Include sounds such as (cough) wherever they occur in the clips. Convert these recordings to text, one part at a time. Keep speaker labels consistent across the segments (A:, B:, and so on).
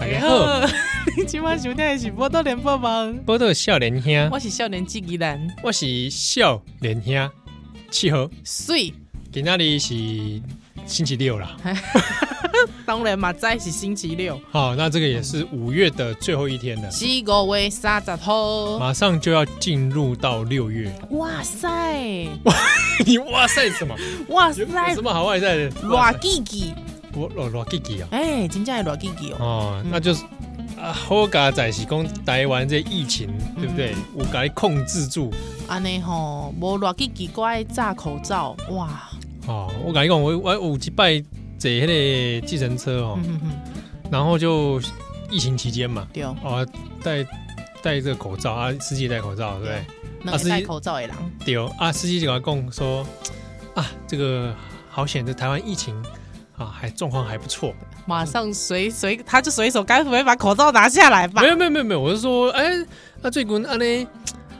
A: 大
B: 家
A: 家
B: 好
A: 好， (laughs) 你今晚收听的是《波多连播网》，
B: 报道少年兄，
A: 我是少年机器人，
B: 我是少年兄七号，
A: 水
B: 今仔日是星期六啦。
A: 当然嘛，在是星期六，
B: 好，那这个也是五月的最后一天了，
A: 四五月三十号。
B: 马上就要进入到六月。
A: 哇塞，
B: 你哇塞什么？
A: 哇
B: 有有
A: 塞
B: 什，么好哇塞的？
A: 热叽叽，
B: 我我我弟弟啊！
A: 哎，真正的热叽叽哦。
B: 哦，
A: 嗯
B: 那就是啊，好嘎仔是讲台湾这疫情对不对？我给它控制住。
A: 安尼吼，无热叽叽，我爱炸口罩。哇，
B: 哦，我跟你讲，我我我有一摆坐迄个计程车哦，
A: 嗯哼哼，
B: 然后就疫情期间嘛，
A: 对，
B: 哦，戴戴这个口罩啊，司机戴口罩，对不对？
A: 能
B: 是
A: 戴口罩的人，
B: 丢啊，司机就跟我讲说啊，这个好险，这台湾疫情啊，还状况还不错。
A: 马上随随，他就随手，该不会把口罩拿下来吧
B: 没？有没有没有没有，我是说，哎，那、最近安尼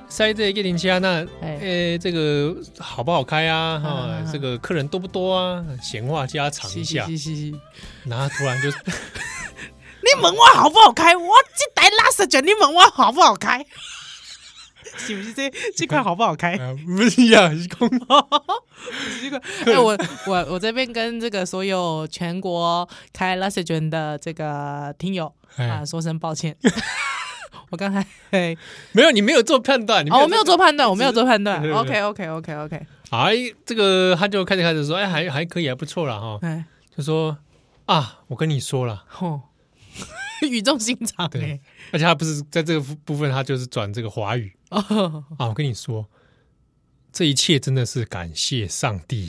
B: 塞这个电车那。
A: 哎，
B: 诶、这个好不好开啊？哈、
A: 嗯嗯嗯
B: 这个客人多不多啊？闲话家常一下，
A: 是是是是。
B: 然后突然
A: (laughs)
B: 就，
A: 你问我好不好开？我这台拉圾卷，你问我好不好开？ (laughs) 是不是这这块好不
B: (laughs)
A: 好开？
B: 啊不是呀、是公
A: 啊这个，哎、我我我这边跟这个所有全国开拉圾卷的这个听友啊、
B: 哎，
A: 说声抱
B: (laughs)
A: 歉。我刚才、哎
B: 没有，你没有做判断，你
A: 哦，我
B: 做
A: 没有做判断，我没有做判断
B: 对。对
A: OK
B: 对
A: OK OK OK，
B: 哎，这个他就开始开始说，哎，还还可以，还不错啦哈。
A: 哎，
B: 就说啊，我跟你说了，
A: 吼，语重心长哎、
B: 对而且他不是在这个部分，他就是转这个华语
A: 哦，
B: 啊。我跟你说，这一切真的是感谢上
A: (laughs)
B: 帝。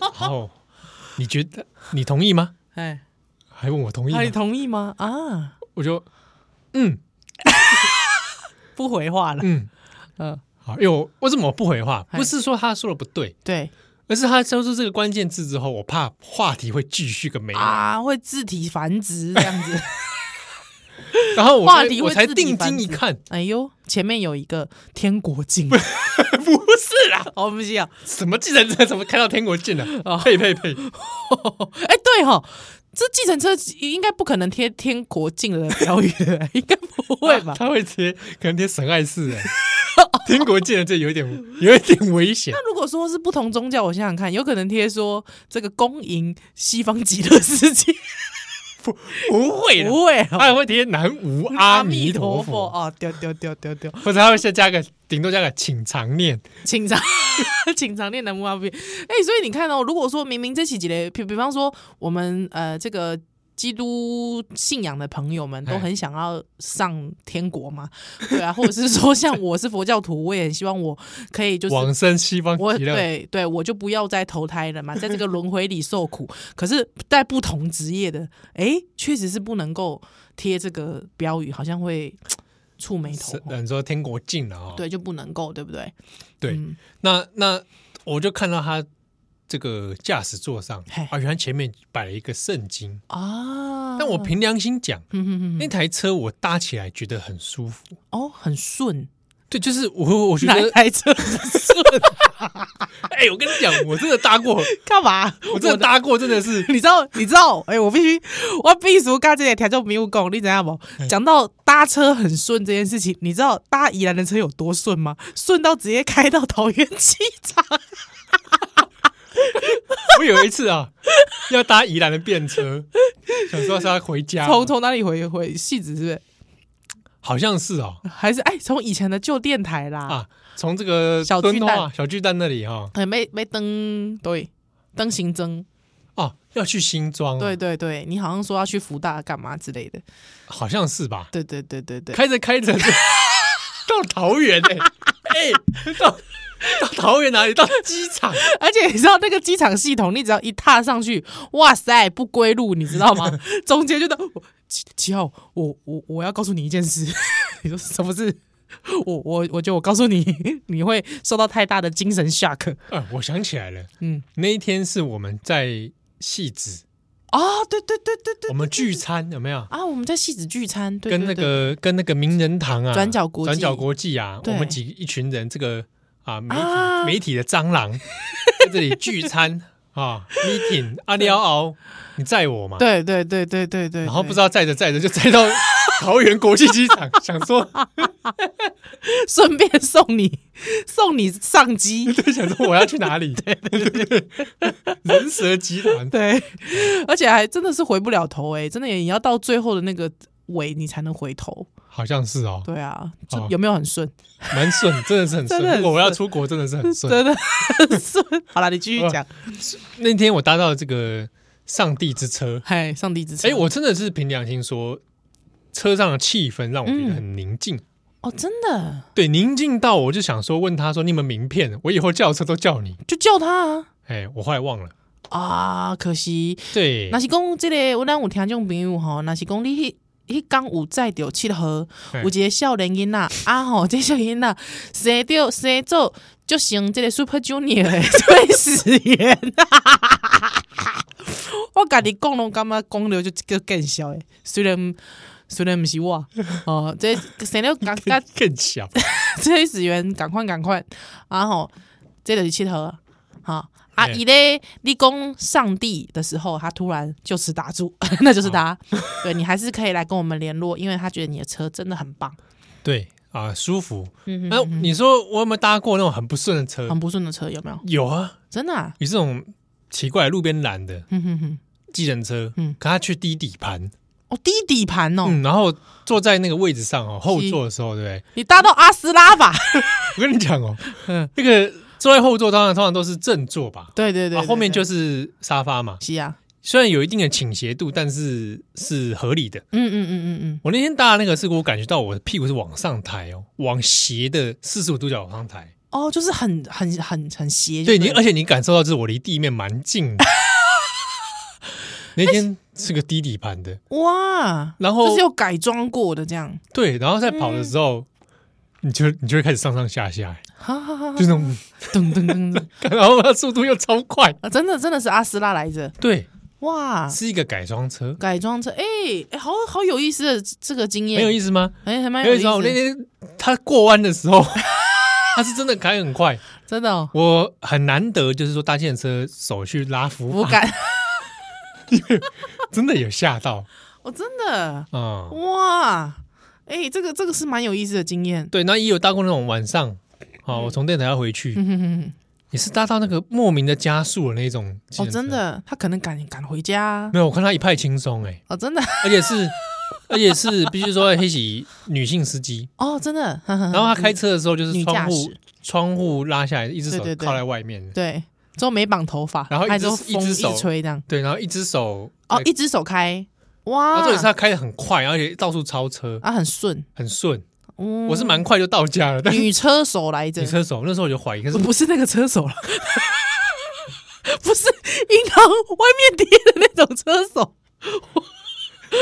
B: 然后你觉得你同意吗？
A: 哎，
B: 还问我同意吗
A: 啊，你？同意吗？啊，
B: 我就嗯
A: 不回话了。
B: 嗯，
A: 嗯、
B: 好，因为我为什么我不回话？
A: 嗨
B: 不是说他说的不对，
A: 对
B: 而是他说出这个关键字之后，我怕话题会继续个没完。
A: 啊，会自体繁殖这样子。
B: 然后我
A: 话
B: 才
A: 题会
B: 我才
A: 自己
B: 定
A: 繁
B: 睛一
A: 殖
B: 看， (laughs)
A: 哎呦，前面有一个天国镜，
B: 不是啦，
A: (laughs) 哦，不是啊，
B: 什么计程车怎么开到天国境了、
A: 哦
B: 呸呸呸！
A: 哎，对哈、这计程车应该不可能贴天国镜的标语的，应该不会吧？
B: (laughs) 他会贴，可能贴神爱寺 (laughs) 哎、天国境了这有一点有一点危险。
A: 那如果说是不同宗教，我想想看，有可能贴说这个恭迎西方极乐世界，
B: 不会的，
A: (laughs) 不会
B: 他
A: 哦。
B: 还会贴南无阿弥陀佛，
A: 哦，丢丢丢丢丢，
B: 或者他会再加个顶多加个请常念。
A: 请常 (laughs) 请常念南无阿弥。哎，所以你看哦，如果说明明这几集嘞，比比方说我们呃这个基督信仰的朋友们都
B: 哎
A: 很想要上天国嘛， (laughs) 对啊，或者是说像我是佛教徒，我也很希望我可以就是
B: 往生西方
A: 我
B: 极乐，
A: 对对，我就不要再投胎了嘛，在这个轮回里受苦。可是，在不同职业的，哎，确实是不能够贴这个标语，好像会触眉头
B: 是。呃你说天国境了哦。
A: 对，就不能够，对不对？
B: 对
A: 嗯
B: 那那我就看到他这个驾驶座上
A: 嘿
B: 啊，原来前面摆了一个圣经。
A: 啊，
B: 但我凭良心讲，
A: 嗯哼哼哼
B: 那台车我搭起来觉得很舒服。
A: 哦，很顺，
B: 对，就是我，我觉
A: 哪一
B: 得，
A: 台车很顺？
B: (laughs) 哎、我跟你讲，我真的搭过，
A: (laughs) 干嘛？
B: 我真的搭过，真的是，
A: 你知道，你知道，哎、我必须，我必须刚这个条就没有讲，你怎样不？讲到搭车很顺这件事情，你知道搭宜兰的车有多顺吗？顺到直接开到桃园机场，
B: 我有一次啊，要搭宜兰的便车，想说是要回家，
A: 从从哪里回回戏子是不是？
B: 好像是哦，
A: 还是哎，从以前的旧电台啦，
B: 啊，从这个
A: 小巨
B: 敦
A: 蛋
B: 化小巨蛋那里哈、
A: 哎、没没登对登行征，
B: 哦，要去新庄、
A: 对，对对，你好像说要去福大干嘛之类的，
B: 好像是吧？
A: 对对对对对，
B: 开着开着就 (laughs) 到桃园哎、哎、到到桃园哪里？到机场，
A: 而且你知道那个机场系统，你只要一踏上去，哇塞，不归路，你知道吗？中间就到我七七号，我我我要告诉你一件事， (laughs) 你说什么事？我我我觉得我告诉你，你会受到太大的精神 shock。
B: 呃，我想起来了，
A: 嗯，
B: 那一天是我们在戏子，
A: 啊，对对对对对，
B: 我们聚餐有没有？
A: 啊，我们在戏子聚餐，对
B: 跟
A: 对
B: 那
A: 对
B: 个跟那个名人堂啊，
A: 转角国
B: 转
A: 际
B: 角国际啊，
A: 对
B: 我们几一群人这个啊媒体 (laughs)
A: 啊
B: 媒体的蟑螂在这里聚餐啊，meeting 阿廖敖，你载我嘛？
A: 对对对对对对，
B: 然后不知
A: 道
B: 道载着载着就载到桃园国际机
A: (laughs)
B: 场，想说
A: 顺便送你送你上机，
B: 就想说我要去哪里？对对对，人蛇集团
A: 对，而且还真的是回不了头哎、真的也你要到最后的那个尾你才能回头。
B: 好像是哦，
A: 对啊，就
B: 哦
A: 有没有很顺？
B: 蛮顺，真的是很顺。
A: 真的很
B: 如果我要出国，真的是很顺。哦
A: 真的很
B: (laughs)
A: 顺。好啦，你继续讲。
B: 那天我搭到这个上帝之车，
A: 嗨，上帝之车。
B: 哎，我真的是凭良心说，车上的气氛让我觉得很宁静。
A: 哦，真的
B: 对，宁静到我就想说，问他说：“你们名片，我以后叫车都叫你。
A: 就叫他啊。”
B: 哎，我后来忘了。
A: 啊，可惜，
B: 对
A: 那，是讲这个，我咱有听众朋友吼，那是讲你迄迄工有载着七号，
B: 嘿
A: 有一个少年囡仔啊吼， (laughs) 这少年囡仔生着生做就成这个 Super Junior 的 (laughs) 崔始源。 (laughs) 我甲你讲拢感觉讲了就这个更笑诶，虽然虽然毋是我哦，这生
B: (laughs)
A: 了感觉
B: 更小。
A: 崔始源，赶快赶快，啊吼，这就是七号好啊！
B: 嘿
A: 伊咧立功上帝的时候，他突然就此打住， (laughs) 那就是他。
B: 哦
A: (laughs) 对你还是可以来跟我们联络，因为他觉得你的车真的很棒，
B: 对啊，舒服。
A: 嗯
B: 那、你说我有没有搭过那种很不顺的车？
A: 很不顺的车有没有？
B: 有啊，
A: 真的、啊，
B: 有这种奇怪的路边拦的
A: 嗯哼哼哼，
B: 计程车，
A: 嗯
B: 可他去低底盘，
A: 哦，低底盘哦，
B: 嗯，然后坐在那个位置上哦，后座的时候，对不对？
A: 你搭到阿斯
B: (laughs)
A: 拉吧？
B: 我跟你讲哦
A: (laughs) 嗯，
B: 那个坐在后座，当然通常都是正座吧，
A: 对对对
B: 啊，后面就是是沙发嘛。
A: 是啊，
B: 虽然有一定的倾斜度，但是是合理的。
A: 嗯嗯嗯嗯嗯，
B: 我那天搭的那个是我感觉到我的屁股是往上抬哦，往斜的四十五度角往上抬。
A: 哦，就是很很很很斜，
B: 对
A: 就
B: 你，
A: 了
B: 而且你感受到就是我离地面蛮近
A: (laughs)
B: 的。那天是个低底盘的，
A: 哇，
B: 然后
A: 就是有改装过的这样，
B: 对，然后在跑的时
A: 嗯
B: 候，你就你就会开始上上下下，欸
A: 哈哈哈哈，
B: 就是那种， (laughs)
A: 噔噔噔噔，
B: 然后它速度又超快。
A: 啊，真的真的是阿斯拉来着，
B: 对， (laughs)
A: 哇，
B: 是一个改装车，
A: 改装车，哎、哎好好有意思的这这个经验，
B: 很有意思吗？
A: 哎、还蛮
B: 很
A: 有
B: 有
A: 意
B: 意
A: 思
B: 思
A: 的
B: 啊。我那天他过弯的时候， (laughs) 他是真的开很快，
A: 真的、哦，
B: 我很难得，就是说搭建车手去拉扶
A: 我
B: 把，
A: 感，
B: (laughs) 真的有吓到
A: 我、哦真的，
B: 啊。嗯
A: 哇，哎、这个这个是蛮有意思的经验， (laughs)
B: 对，那也有搭过那种晚上，啊，我从电台要回去，
A: 嗯哼哼哼
B: 也是啊搭到那个莫名的加速的那种。
A: 哦，真，的，他可能赶赶回家啊、
B: 没有，我看他一派轻松哎，
A: 哦，真的， (laughs)
B: 而且是 (laughs) 而且是必须说黑喜女性司机，
A: 哦，真的，然
B: 然后他开车的时候就是
A: 女驾
B: 窗户
A: 驶
B: 窗户拉下来，一只手
A: 对对对
B: 靠在外面，
A: (laughs) 对，之后没绑头发，
B: 然后一
A: 还
B: 只
A: 就
B: 一只
A: 风
B: 手
A: 吹这样，
B: 对，然后一只手
A: 哦，
B: 在
A: 一只手开，
B: 然
A: 哇，
B: 后重点是他开的很快，而且到处超车，
A: 啊，很顺，
B: 很顺。
A: 嗯
B: 我是蛮快就到家了，但是
A: 女车手来着
B: 女，车手那时候我就怀疑，可是
A: 不是那个车手了， (laughs) 不是银行外面贴的那种车手， (laughs)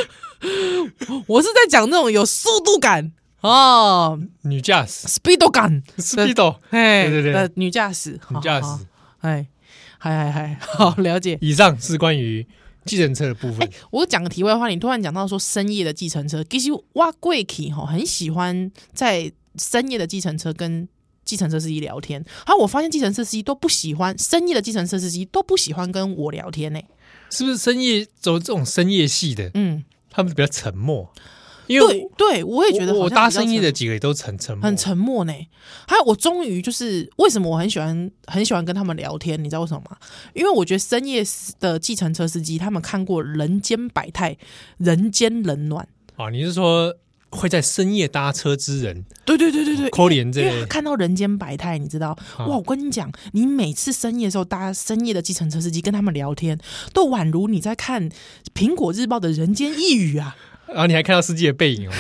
A: 我我是在讲那种有速度感哦
B: 女驾驶
A: ，speed 感，
B: (laughs) speedo
A: 哎，
B: 对对对
A: 的女驾驶，
B: 女驾
A: 好，好
B: 驶。
A: 好哎，嗨嗨嗨，好了解。
B: 以上是关于计程车的部分。
A: 哎我讲个题外话，你突然讲到说深夜的计程车，其实挖贵体吼很喜欢在深夜的计程车跟计程车司机聊天。好，我发现计程车司机都不喜欢深夜的计程车司机都不喜欢跟我聊天呢、
B: 是不是深夜走这种深夜系的，
A: 嗯，
B: 他们比较沉默？因为
A: 对对，我也觉得
B: 我我
A: 好像
B: 搭
A: 比较
B: 深夜
A: 沉
B: 的几个也都很沉默，
A: 很沉默呢。还有，我终于就是为什么我很喜欢很喜欢跟他们聊天，你知道为什么吗？因为我觉得深夜的计程车司机他们看过人间百态，人间冷暖。
B: 啊！你是说会在深夜搭车之人，
A: 对对对对对，
B: 扣连这
A: 因为他
B: 类
A: 看到人间百态，你知道？
B: 啊
A: 哇，我跟你讲，你每次深夜的时候搭深夜的计程车司机跟他们聊天，都宛如你在看《苹果日报》的人间一语啊！
B: 然后你还看到司机的背 (laughs) 影哦，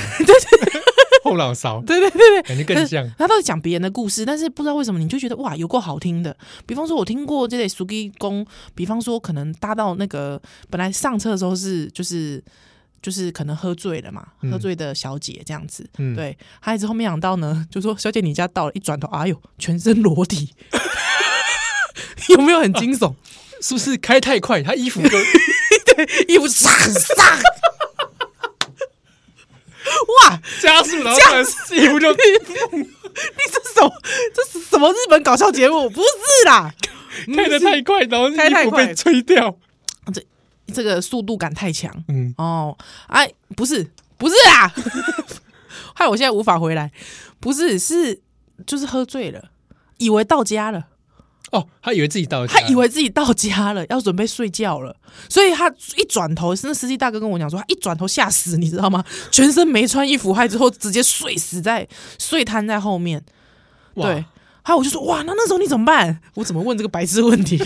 B: 后脑勺，
A: 对对对对。
B: 感觉更像。
A: 他都在讲别人的故事，但是不知道为什么你就觉得哇，有够好听的。比方说，我听过这类熟鸡公，比方说可能搭到那个本来上车的时候是就是就是可能喝醉了嘛，
B: 嗯
A: 喝醉的小姐这样子，
B: 嗯
A: 对。还是后面想到呢，就说小姐你家到了，一转头，哎呦，全身裸体，
B: (laughs)
A: 有没有很惊悚？
B: 是不是开太快，他衣服就
A: 衣服上上，哇！
B: (laughs) 加速，然后突然衣 (laughs) 服就
A: 你这什么？这是什么日本搞笑节目？不是啦，
B: 开的嗯太快，然后
A: 开太
B: 衣服
A: 快
B: 被吹掉。
A: 这个速度感太强
B: 嗯，
A: 哦。哎，不是，不是啦， (laughs) 害我现在无法回来。不是，是就是喝醉了，以为到家了，
B: 哦，他以为自己到家
A: 他
B: 了，
A: 以为自己到家了，要准备睡觉了，所以他一转头，那司机大哥跟我讲说，他一转头吓死，你知道吗？全身没穿衣服，还之后直接睡死在睡瘫在后面。
B: 哇
A: 对，，还有我就说，哇，那那时候你怎么办？我怎么问这个白痴问题？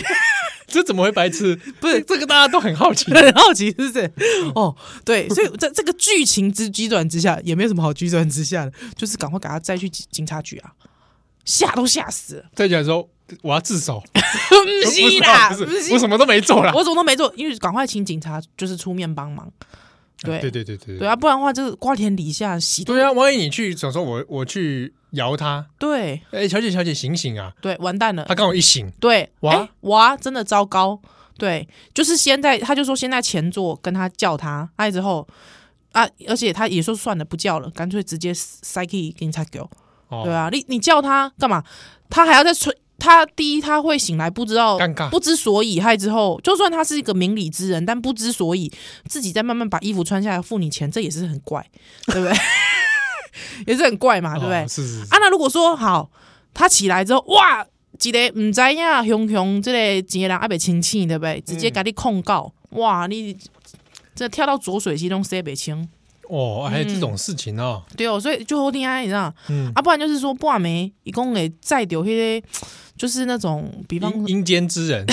B: 这怎么会白 (laughs) 痴？
A: 不是。
B: 这个大家都很好奇 (laughs)
A: 很好奇，是不是？哦，对，所以在这个剧情之急转之下，也没有什么好急转之下的，就是赶快给他载去警警察局啊！吓都吓死了，
B: 再讲说我要自首，
A: 不是啦，
B: (laughs) 不是
A: 不
B: 不是
A: 是
B: 我什么都没做啦。
A: 我什么都没做，因为赶快请警察就是出面帮忙，对
B: 啊对对对对
A: 对啊，不然的话就是瓜田李下洗
B: 对啊！万一你去想说我我去摇他，
A: 对
B: 哎，小姐小姐醒醒啊！
A: 对，完蛋了
B: 他，刚好一醒，
A: 对，
B: 哇
A: 哎哇，真的糟糕，对，就是现在他就说先在前座跟他叫他，哎之后啊，而且他也说算了不叫了，干脆直接塞给警察局。
B: 哦，
A: 对，啊，你你叫他干嘛？他还要再催他。第一，他会醒来不知道，
B: 尴尬
A: 不知所以，害之后，就算他是一个明理之人，但不知所以，自己再慢慢把衣服穿下来付你钱，这也是很怪，对 (laughs) 不对？也是很怪嘛，对不对？
B: 哦是是是
A: 啊，那如果说好，他起来之后，哇，一个唔知影熊熊这个钱的人还袂清醒，对不
B: 嗯
A: 对？直接给你控告，哇，你这跳到浊水溪都洗不清，
B: 哦，还有这种事情哦，
A: 对哦，所以就好听啊，你知道。
B: 嗯，
A: 啊，不然就是说半暝一共会载着迄个，就是那种，比方
B: 阴阴间之人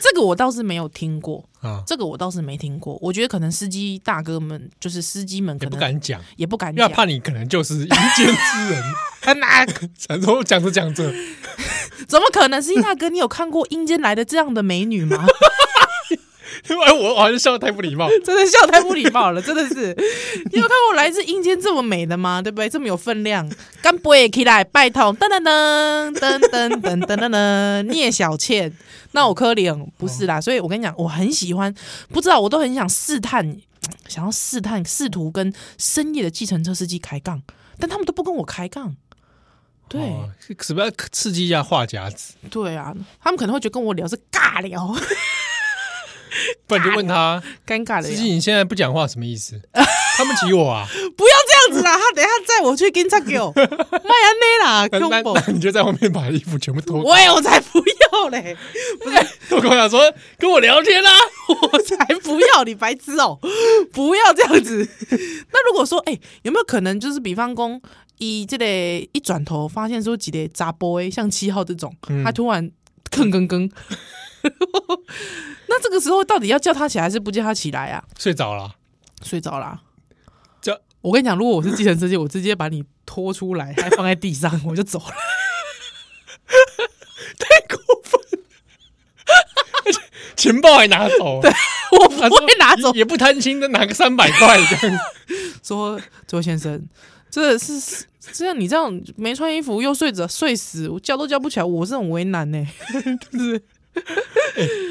A: 这个我倒是没有听过，
B: 啊，
A: 这个我倒是没听过。我觉得可能司机大哥们，就是司机们，可
B: 也不
A: 能
B: 敢讲，
A: 也不敢
B: 因为
A: 讲，
B: 怕你可能就是阴间之人。 (laughs)
A: 很难，
B: 想说讲着讲着，
A: (laughs) 怎么可能？司机大哥，你有看过阴间来的这样的美女吗？
B: 哎，我好像笑得太不礼貌。
A: (laughs) 真的笑太不礼貌了，真 (laughs) 的是。你有看过来自阴间这么美的吗？对不对？这么有分量，干杯起来，拜托，噔噔噔噔噔噔噔噔噔，聂小倩，那我可怜不是啦。所以我跟你讲，我很喜欢，不知道我都很想试探，想要试探，试图跟深夜的计程车司机开杠，但他们都不跟我开杠。对、
B: 哦，是不是要刺激一下话匣子？
A: 对啊，他们可能会觉得跟我聊是尬聊，
B: 不然就问他，
A: 尴尬的
B: 司机你现在不讲话什么意思？ (laughs) 看不起我啊？
A: 不要这样子啦！他等一下载我去警察局， (laughs) 卖安内啦，
B: 那那
A: 恐怖！
B: 那你就在后面把衣服全部脱光，
A: 喂，我才不要 (laughs) 嘞！
B: 脱光，想说跟我聊天啦。啊
A: 我才不要，你白痴哦、不要这样子。那如果说，哎、有没有可能就是，比方讲，以这个一转头发现说几个杂 boy，像七号这种，他突然吭吭 (laughs) 吭，那这个时候到底要叫他起来还是不叫他起来啊？
B: 睡着了，
A: 睡着啦、
B: 叫
A: 我跟你讲，如果我是计程车司机，我直接把你拖出来，还放在地上，我就走 (laughs) 了。
B: 钱包还拿走，
A: 我
B: 他
A: 不
B: 说
A: 会拿走
B: 也，也不贪心的拿个三百块这样。
A: 说周先生，这是这样，你这样没穿衣服又睡着睡死，我叫都叫不起来，我是很为难呢、
B: (laughs)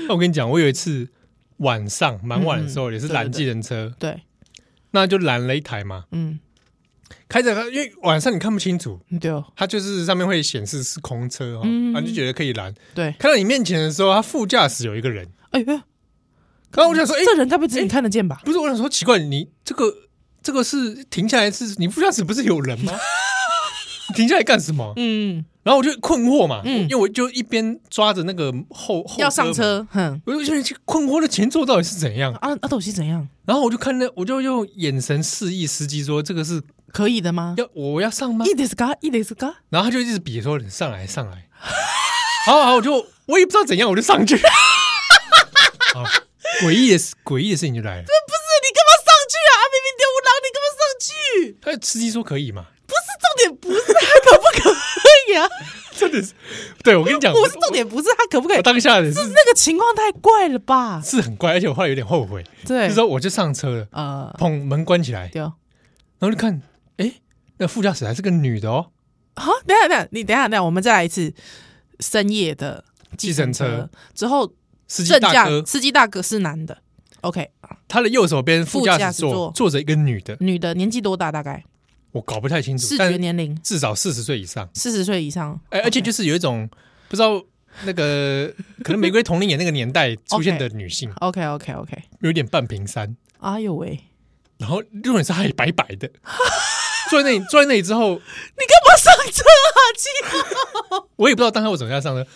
B: 那我跟你讲，我有一次晚上蛮晚的时候，也是拦
A: 嗯对对
B: 计程车，
A: 对，
B: 那就拦了一台嘛，
A: 嗯，
B: 开着它，因为晚上你看不清楚，
A: 对哦，
B: 它就是上面会显示是空车哦，
A: 嗯
B: 啊，你就觉得可以拦。
A: 对，
B: 看到你面前的时候，它副驾驶有一个人，
A: 哎呀，
B: 然后我想说，哎、
A: 这人该不会只有你看得见吧？
B: 不是，我想说奇怪，你这个这个是停下来是，你副驾驶不是有人吗？ (laughs) 你停下来干什么？
A: 嗯，
B: 然后我就困惑嘛，
A: 嗯
B: 因为我就一边抓着那个后后
A: 要上
B: 门，
A: 车，哼，
B: 我就有点困惑的前座到底是怎样，
A: 啊，阿斗西怎样？
B: 然后我就看那，我就用眼神示意司机说这个是
A: 可以的吗？
B: 要我要上吗？
A: 一点是嘎，一点是嘎，
B: 然后他就一直比说你上来上
A: (laughs)
B: 来，好好，我就我也不知道怎样，我就上去。 (laughs) 好诡异的事诡异的事情就来了，
A: 不是你干嘛上去啊？啊明明丢乌狼，你干嘛上去？
B: 他司机说可以嘛？
A: 不是重点，不是他可不可以啊？
B: 真的是，对我跟你讲，我
A: 不是重点，不是他可不可以
B: 我？当下也是
A: 那个情况太怪了吧？
B: 是很怪，而且我后来有点后悔，
A: 对
B: 那时，候我就上车了，
A: 呃，
B: 砰，门关起来，
A: 对哦。
B: 然后就看，哎，那副驾驶还是个女的哦，
A: 好，等一下，等一下，你等一下，等一下，我们再来一次深夜的计程
B: 计程车
A: 车之后，
B: 司机
A: 正
B: 大
A: 驾
B: 哥，
A: 司机大哥是男的，OK，
B: 他的右手边副驾驶
A: 副驾驶
B: 座
A: 座
B: 坐着一个女的，
A: 女的年纪多大？大概
B: 我搞不太清楚
A: 视，觉
B: 但
A: 年龄
B: 至少四十岁以上，
A: 四十岁以上，
B: 哎，而且就是有一种不知道那个可能玫瑰童林演那个年
A: (laughs)
B: 代出现的女性，
A: OK OK OK，
B: 有点半平山，
A: 哎呦喂，你
B: 然后重点是她也白白的， (laughs) 坐在那里坐在那里之后，
A: 干嘛上车啊？气！
B: 我也不知道当时我怎么样上车，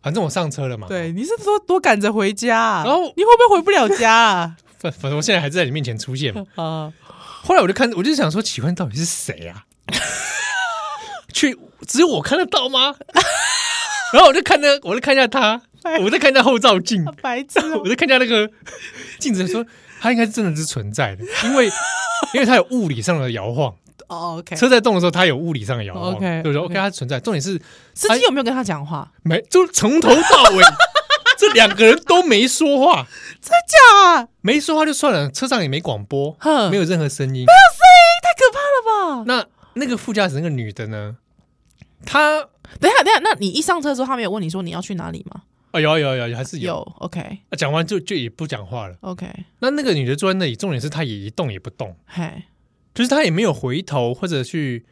B: 反正我上车了嘛。
A: (laughs) 对，你是说多赶着回家、啊，
B: 然后
A: 你会不会回不了
B: (laughs)
A: 家啊？
B: 反反正我现在还在你面前出
A: (laughs)
B: 现嘛。
A: 啊，
B: 后来我就看，我就想说，奇幻到底是谁啊？ (laughs) 去，只有我看得到吗？ (laughs) 然后我就看那，我就看一下他，
A: 哎
B: 我再看一下后照镜，
A: 白痴哦、
B: 我再看一下那个 (laughs) 镜子，说他应该是真的是存在的，因
A: (laughs)
B: 为因为他有物理上的摇晃，
A: 哦 OK，
B: 车在动的时候，它有物理上的摇晃，
A: OK，
B: 对不对
A: OK
B: ？OK，它存在。重点是
A: 司机有没有跟他讲话？
B: 没，就从头到
A: (laughs)
B: 尾这两个人都没说话，
A: 真假啊？
B: 没说话就算了，车上也没广播
A: 哼，
B: 没有任何声音。
A: 太可怕了吧！
B: 那那个副驾驶那个女的呢？她
A: 等一下，等一下，那你一上车之后，他没有问你说你要去哪里吗？
B: 啊，有啊有啊有啊有啊，还是有。
A: ，OK
B: 啊讲完就就也不讲话了。
A: OK，
B: 那那个女的坐在那里，重点是她也一动也不动，
A: 嘿，
B: 就是她也没有回头或者去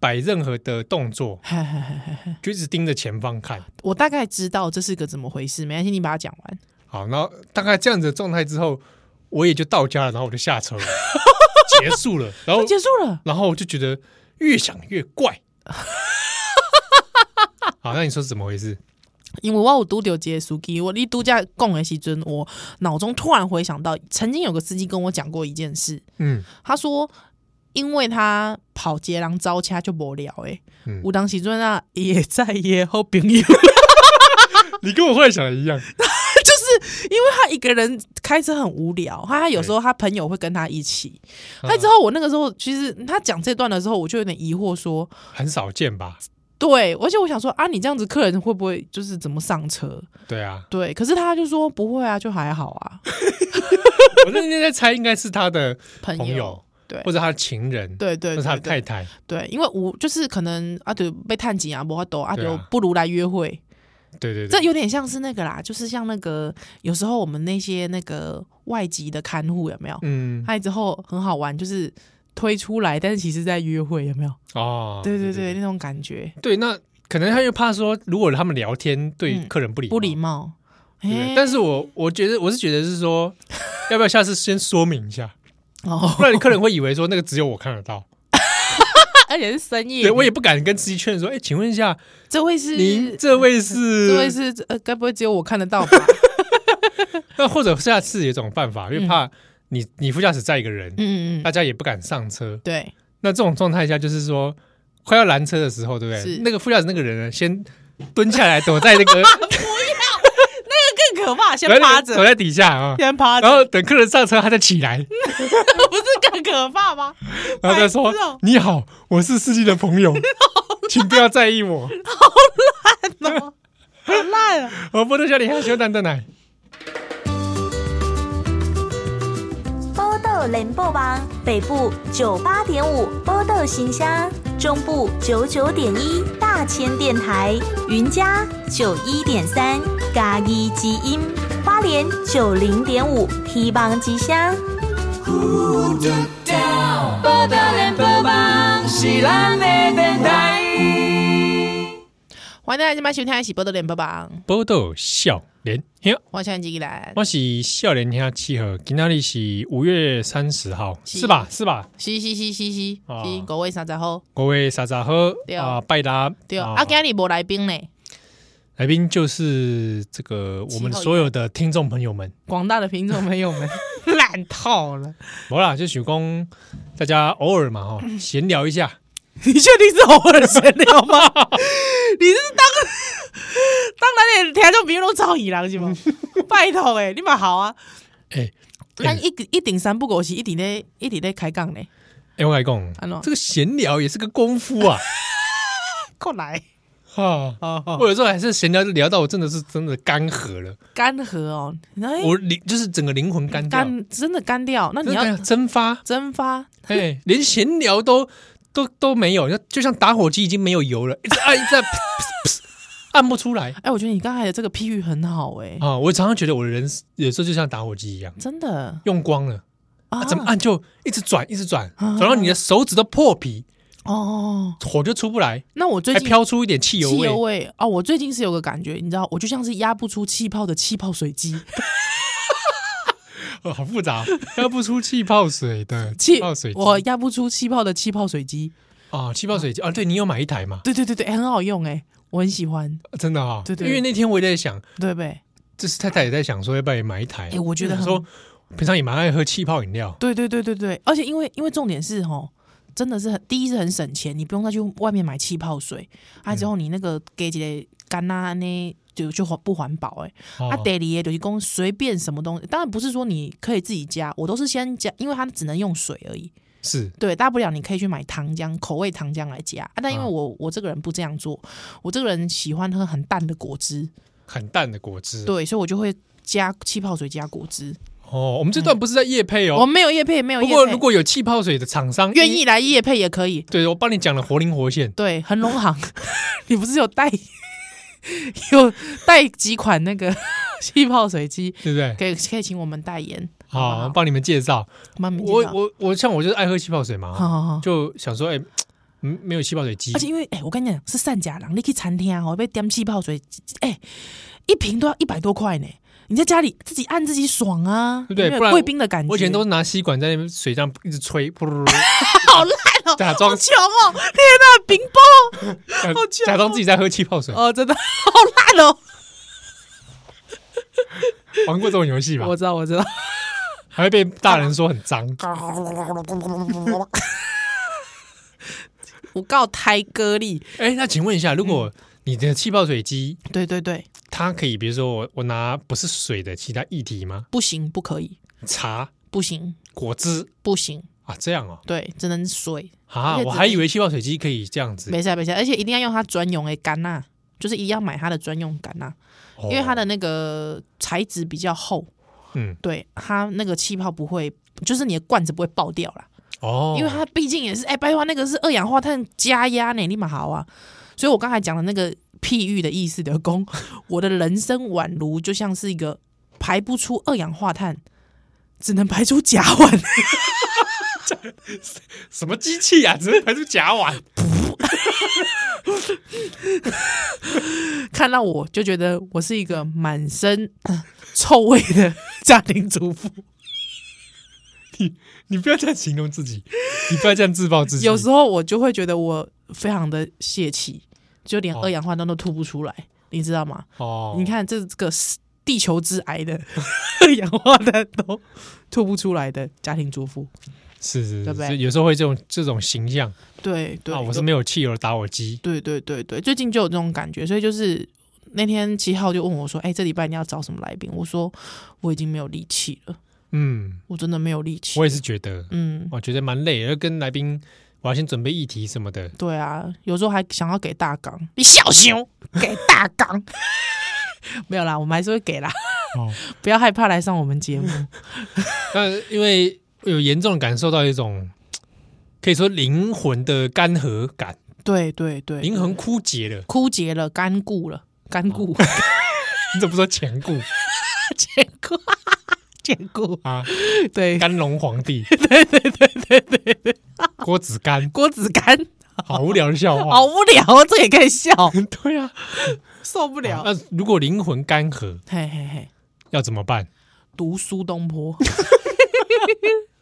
B: 摆任何的动作，
A: 嘿嘿嘿嘿嘿，
B: 就一直盯着前方看。
A: 我大概知道这是个怎么回事，没关系，你把它讲完。
B: 好，然后大概这样子的状态之后，我也就到家了，然后我就下车了，结束了。然后
A: 就结束了，
B: 然后我就觉得越想越怪。好，那你说是怎么回事？
A: 因为我有拄到一个司机，我你度假讲的时阵，我脑中突然回想到，曾经有个司机跟我讲过一件事，
B: 嗯，
A: 他说，因为他跑捷人招车就欸无聊诶，
B: 嗯
A: 有当时阵啊，也在也好朋友，
B: 你跟我后来想的一样。
A: 因为他一个人开车很无聊，他他有时候他朋友会跟他一起。那之后我那个时候，其实他讲这段的时候，我就有点疑惑说，
B: 很少见吧？
A: 对，而且我想说啊，你这样子客人会不会就是怎么上车？，
B: 对啊
A: 对，可是他就说不会啊，就还好啊，
B: (laughs) 我那天在猜，应该是他的
A: 朋
B: 朋友，
A: 对
B: 或者他的情人，，
A: 对对
B: 或者
A: 对
B: 他的
A: 对
B: 太太，
A: 对，因为我就是可能啊，对，被探警啊，不法抖啊，
B: 对啊
A: 就不如来约会。
B: 对对
A: 这
B: 对，
A: 有点像是那个啦，就是像那个有时候我们那些那个外籍的看护有没有？
B: 嗯，
A: 他之后很好玩，就是推出来，但是其实在约会，有没有？
B: 哦，
A: 对对对，那种感觉
B: 对，那可能他又怕说，如果他们聊天对
A: 嗯
B: 客人不礼
A: 不礼
B: 貌，
A: 貌。
B: 对不对
A: 哎
B: 但是我我觉得我是觉得是说，要不要下次先说明一
A: (laughs)
B: 下，不
A: 哦，
B: 然客人会以为说那个只有我看得
A: (laughs)
B: 到，
A: 而且是深夜，
B: 对我也不敢跟司机确认说，哎，请问一下，
A: 这位是
B: 您这位是，
A: 这位是呃，该不会只有我看得
B: (laughs)
A: 到吧？
B: 那或者下次有一种办法，因为怕你你副驾驶载一个人，
A: 嗯嗯嗯嗯，
B: 大家也不敢上车。
A: 对，
B: 那这种状态下，就是说快要拦车的时候，对不对
A: 是？
B: 那个副驾驶那个人呢，先蹲下来躲在那个
A: 更可怕，先
B: 躲在
A: 趴
B: 躲
A: 着，
B: 在底下啊，
A: 先趴着
B: 然，后等客人上车，他再起来，
A: (laughs) 不是更可怕吗？
B: 然后再说
A: 白痴哦：“
B: 你好，我是司机的朋友，请不要在意我， (laughs)
A: 很烂啊！
B: 我不能叫你害羞蛋蛋奶。
C: 波豆联播网北部九八点五波豆新乡，中部九九点一大千电台，云嘉九一点三咖喱基因，花莲九零点五希望之乡。
A: 欢迎大家今晚收听《一起波多连播榜》，
B: 波豆笑脸兄，
A: 我是安吉兰，
B: 我是笑脸兄七号，今天是五月三十号，
A: 是
B: 是吧？是吧？
A: 嘻嘻嘻嘻嘻，
B: 哦
A: 是各位三十好，
B: 各位莎莎喝
A: 对
B: 啊，拜达
A: 对啊，今日无来宾呢，
B: 来宾就是这个我们所有的听众朋友们，
A: 广大的听众朋友
B: (laughs)
A: 们烂透了，
B: 好啦，就许工大家偶尔嘛哈，
A: 嗯
B: 闲聊一下，
A: (laughs) 你确定是偶尔闲聊 (laughs) 吗？你是当 (laughs) 当然的听众朋友都找伊人是吗？ (laughs) 拜托诶，你嘛好啊，嗯
B: 哎
A: 咱一一顶三不五时，一顶咧一顶咧开讲呢，
B: 哎，我来讲
A: 安怎，
B: 这个闲聊也是个功夫
A: (laughs)
B: 啊
A: 过来，
B: 啊！
A: 哦哦，
B: 我有时候还是闲聊聊到我真的是真的干涸了，
A: 干涸哦，哎，
B: 我灵就是整个灵魂干掉，
A: 干真的干掉，那
B: 真
A: 你
B: 的
A: 要
B: 干掉蒸
A: (laughs)
B: 发，
A: 蒸发，
B: 哎，连闲聊都都都没有，就像打火机已经没有油了，一直啊按一 (laughs) 直按，噗噗噗按不出来。
A: 哎，我觉得你刚才的这个譬喻很好哎，
B: 啊、我常常觉得我的人有时候就像打火机一样，
A: 真的
B: 用光了，
A: 啊
B: 啊、怎么按就一直转，一直转，
A: 啊
B: 转到你的手指都破皮，
A: 哦，
B: 火就出不来，
A: 那我最
B: 还
A: 近
B: 飘出一点汽油
A: 汽
B: 味
A: 油。味哦，我最近是有个感觉，你知道，我就像是压不出气泡的气泡水机，
B: 哦，好复杂， (laughs) 要不出气泡水的
A: (laughs) 气
B: 气泡水机
A: 我压不出气泡的气泡水机，
B: 哦，气泡水机啊，对你有买一台
A: (laughs)
B: 吗？
A: 对对对对，哎很好用哎，我很喜欢，
B: 真的哈、
A: 啊对对
B: 因为那天我也在想，
A: 对不对？
B: 就是太太也在想说要不要也买一台。
A: 哎我觉得
B: 因为
A: 很
B: 想说平常也蛮爱喝气泡饮料，
A: 对对对对对，而且因为因为重点是吼，真的是很第一是很省钱，你不用再去外面买气泡水，啊之后你那个给起来干呐呢就就环不环保哎、
B: 哦
A: 啊，得里也就是供随便什么东西，当然不是说你可以自己加，我都是先加，因为它只能用水而已。
B: 是
A: 对，大不了你可以去买糖浆口味糖浆来加、啊，但因为
B: 啊
A: 我我这个人不这样做，我这个人喜欢喝很淡的果汁，
B: 很淡的果汁。
A: 对，所以我就会加气泡水加果汁。
B: 哦，我们这段不是在夜配
A: 我
B: 哦，
A: 没有叶配，没有
B: 不
A: 叶
B: 过
A: 配，
B: 如果有气泡水的厂商
A: 愿意，来叶配也可以。
B: 对我帮你讲的活灵活
A: (laughs)
B: 现。
A: 对，恒
B: (laughs)
A: 隆行，你不是有带 (laughs) 有带几款那个 (laughs) 气泡水机，
B: 对不对？
A: 可以可以请我们代言，好不
B: 好，
A: 好？
B: 帮你们介绍。
A: 慢慢介
B: 我
A: 绍
B: 我我像我就是爱喝气泡水
A: 好
B: 嘛，
A: 好好。
B: 就想说，哎，嗯，没有气泡水机
A: 而，且因为哎、我跟你讲是善假郎，你去餐厅哦，被点气泡水，哎、一瓶都要一百多块呢。你在家里自己按自己爽啊，
B: 对不对
A: 有没有
B: 不然
A: 贵宾的感觉，
B: 我以前都是拿吸管在那边水这样一直吹，噗噜噜噜，
A: (laughs) 好烂哦，
B: 假
A: 好
B: 装
A: 穷哦，天哪，冰包
B: 假
A: 好强哦
B: 假装自己在喝气泡水。
A: 哦，真的好
B: (laughs)
A: 烂哦。
B: 玩过这种游戏吧？
A: 我知道，我知道，
B: 还会被大人说很脏。
A: 我告胎哥力，
B: 哎，那请问一下，如果
A: 嗯
B: 你的气泡水机
A: 对对对，
B: 它可以，比如说我我拿不是水的其他液体吗？
A: 不行，不可以，
B: 茶、
A: 不行，
B: 果汁
A: 不行，
B: 啊，这样哦。
A: 对，只能水，
B: 啊，
A: 而且
B: 我
A: 只
B: 还
A: 是
B: 以为气泡水机可以这样子，
A: 没事没啊事，而且一定要用它专用的干呐、就是一定要买它的专用干呐、
B: 哦
A: 因为它的那个材质比较厚，
B: 嗯
A: 对它那个气泡不会，就是你的罐子不会爆掉啦，
B: 哦，
A: 因为它毕竟也是哎、白花那个是二氧化碳加压呢，立马好啊。所以我刚才讲的那个譬喻的意思的公，我的人生宛如就像是一个排不出二氧化碳，只能排出甲烷，
B: 什么机器啊，只能排出甲烷。
A: 看到我就觉得我是一个满身 (coughs) 呃臭味的家庭
B: (laughs)
A: 主妇。
B: 你不要这样形容自己，你不要这样自暴自弃。
A: 有时候我就会觉得我非常的泄气，就连
B: 哦
A: 二氧化碳都吐不出来，你知道吗？
B: 哦，
A: 你看这个是地球之癌的 (laughs) 二氧化碳都吐不出来的家庭主妇，
B: 是是
A: 对
B: 是
A: 不对
B: 是，有时候会这种这种形象
A: 对对，
B: 啊，我是
A: 有
B: 没有汽油的打火机
A: 对对对对，最近就有这种感觉，所以就是那天七号就问我说：“哎、这礼拜你要找什么来宾？”我说：“我已经没有力气了，
B: 嗯，
A: 我真的没有力气。
B: 我”也是觉得，
A: 嗯，
B: 我觉得蛮累，要跟来宾，我要先准备议题什么的。
A: 对啊，有时候还想要给大纲，你小心哦给大纲。 (laughs) 没有啦，我们还是会给啦， (laughs)
B: 哦，
A: 不要害怕来上我们节目。
B: 那因为有严重感受到一种可以说灵魂的干涸感，
A: (laughs) 对对对，
B: 灵魂枯竭 (laughs) 了。
A: 枯竭了，干固了，干 (laughs) 固，
B: 你怎么不说前故
A: 坚固， (laughs) 坚固，
B: 啊？
A: (laughs) 对，
B: 干隆皇帝，对对 (laughs) 对对对对，郭子干，
A: 郭子干，
B: (laughs) 好无聊的笑话。
A: 好无聊哦， (laughs) 这也可以笑，
B: 对啊，
A: 受不
B: 那、
A: 了。
B: 如果灵魂干涸
A: 嘿嘿嘿，
B: 要怎么办？
A: 读苏东 (laughs) 坡，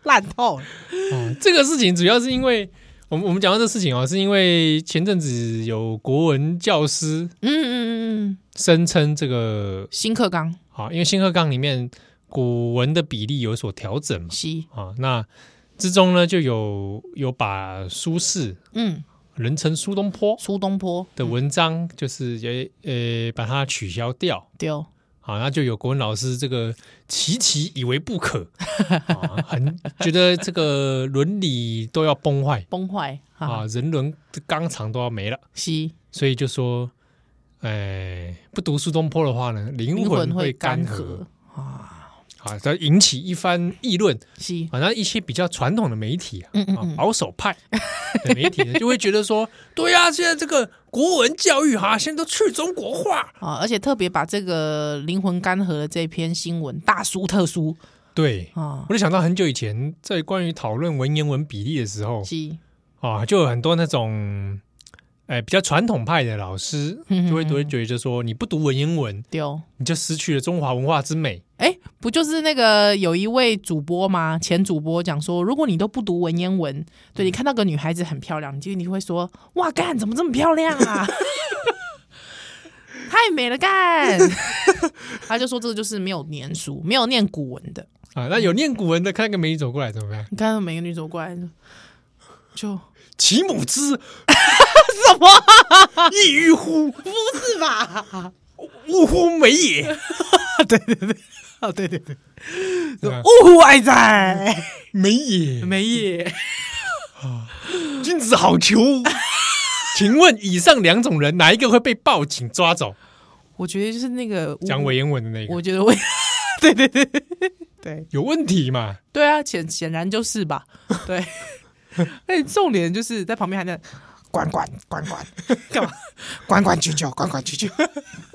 A: 烂透了。
B: 哦， (laughs) 这个事情主要是因为我们我们讲到这事情哦，是因为前阵子有国文教师
A: 嗯嗯嗯嗯，
B: 声称这个
A: 新课纲
B: 啊，因为新课纲里面古文的比例有所调整嘛
A: 西，
B: 啊，那之中呢就有有把苏轼
A: 嗯，
B: 人称苏东坡
A: 苏东坡
B: 的文章，就是也呃把它取消掉。
A: 丢，
B: 啊，那就有国文老师这个齐齐以为不可，啊、很觉得这个伦理都要崩坏
A: 崩坏啊，
B: 啊，人伦的纲常都要没了，
A: 西
B: 所以就说，哎，不读苏东坡的话呢，灵
A: 灵
B: 魂
A: 魂
B: 会
A: 会
B: 干
A: 干
B: 涸
A: 涸，
B: 啊，这引起一番议论。
A: 西，
B: 啊，那一些比较传统的媒体啊，
A: 嗯嗯
B: 啊
A: 嗯
B: 保守派的媒体呢，就会觉得说， (laughs) 对呀、现在这个国文教育哈、现在都去中国化，
A: 啊，而且特别把这个灵魂干涸的这篇新闻大书特书
B: 对，
A: 啊，
B: 我就想到很久以前在关于讨论文言文比例的时候，
A: 西
B: 啊，就有很多那种，哎、比较传统派的老师，
A: 嗯
B: 就会
A: 嗯
B: 都会觉得说，你不读文言文，
A: 丢。
B: 你就失去了中华文化之美。
A: 哎，哦不就是那个有一位主播吗？前主播讲说，如果你都不读文言文，对你看到个女孩子很漂亮，你就你会说：“哇，干怎么这么漂亮啊？ (laughs) 太美了，干！” (laughs) 他就说这个就是没有念书、没有念古文的。
B: 啊，那有念古文的，看个美女走过来怎么 (laughs) 办？
A: 你看到每个女走过来，就
B: 其母之
A: 什么、
B: (laughs) 异于乎，
A: 不是吧？
B: 呜呼美也。 (laughs)
A: 对对对，啊对对对，
B: 对啊哦吧
A: 呜呼哀哉，
B: 美也，
A: 没耶。
B: 君子好 (laughs) 逑。请问以上两种人，哪一个会被报警抓走？
A: (laughs) 我觉得就是那个
B: 讲文，言文的那个
A: 我觉得我， (laughs) 对对对对。
B: 有问题嘛？
A: 对啊，显显然就是吧，对。 (laughs) 哎，重点就是在旁边还在管管管管干嘛？管管啾啾，管管
B: (laughs)
A: 啾啾，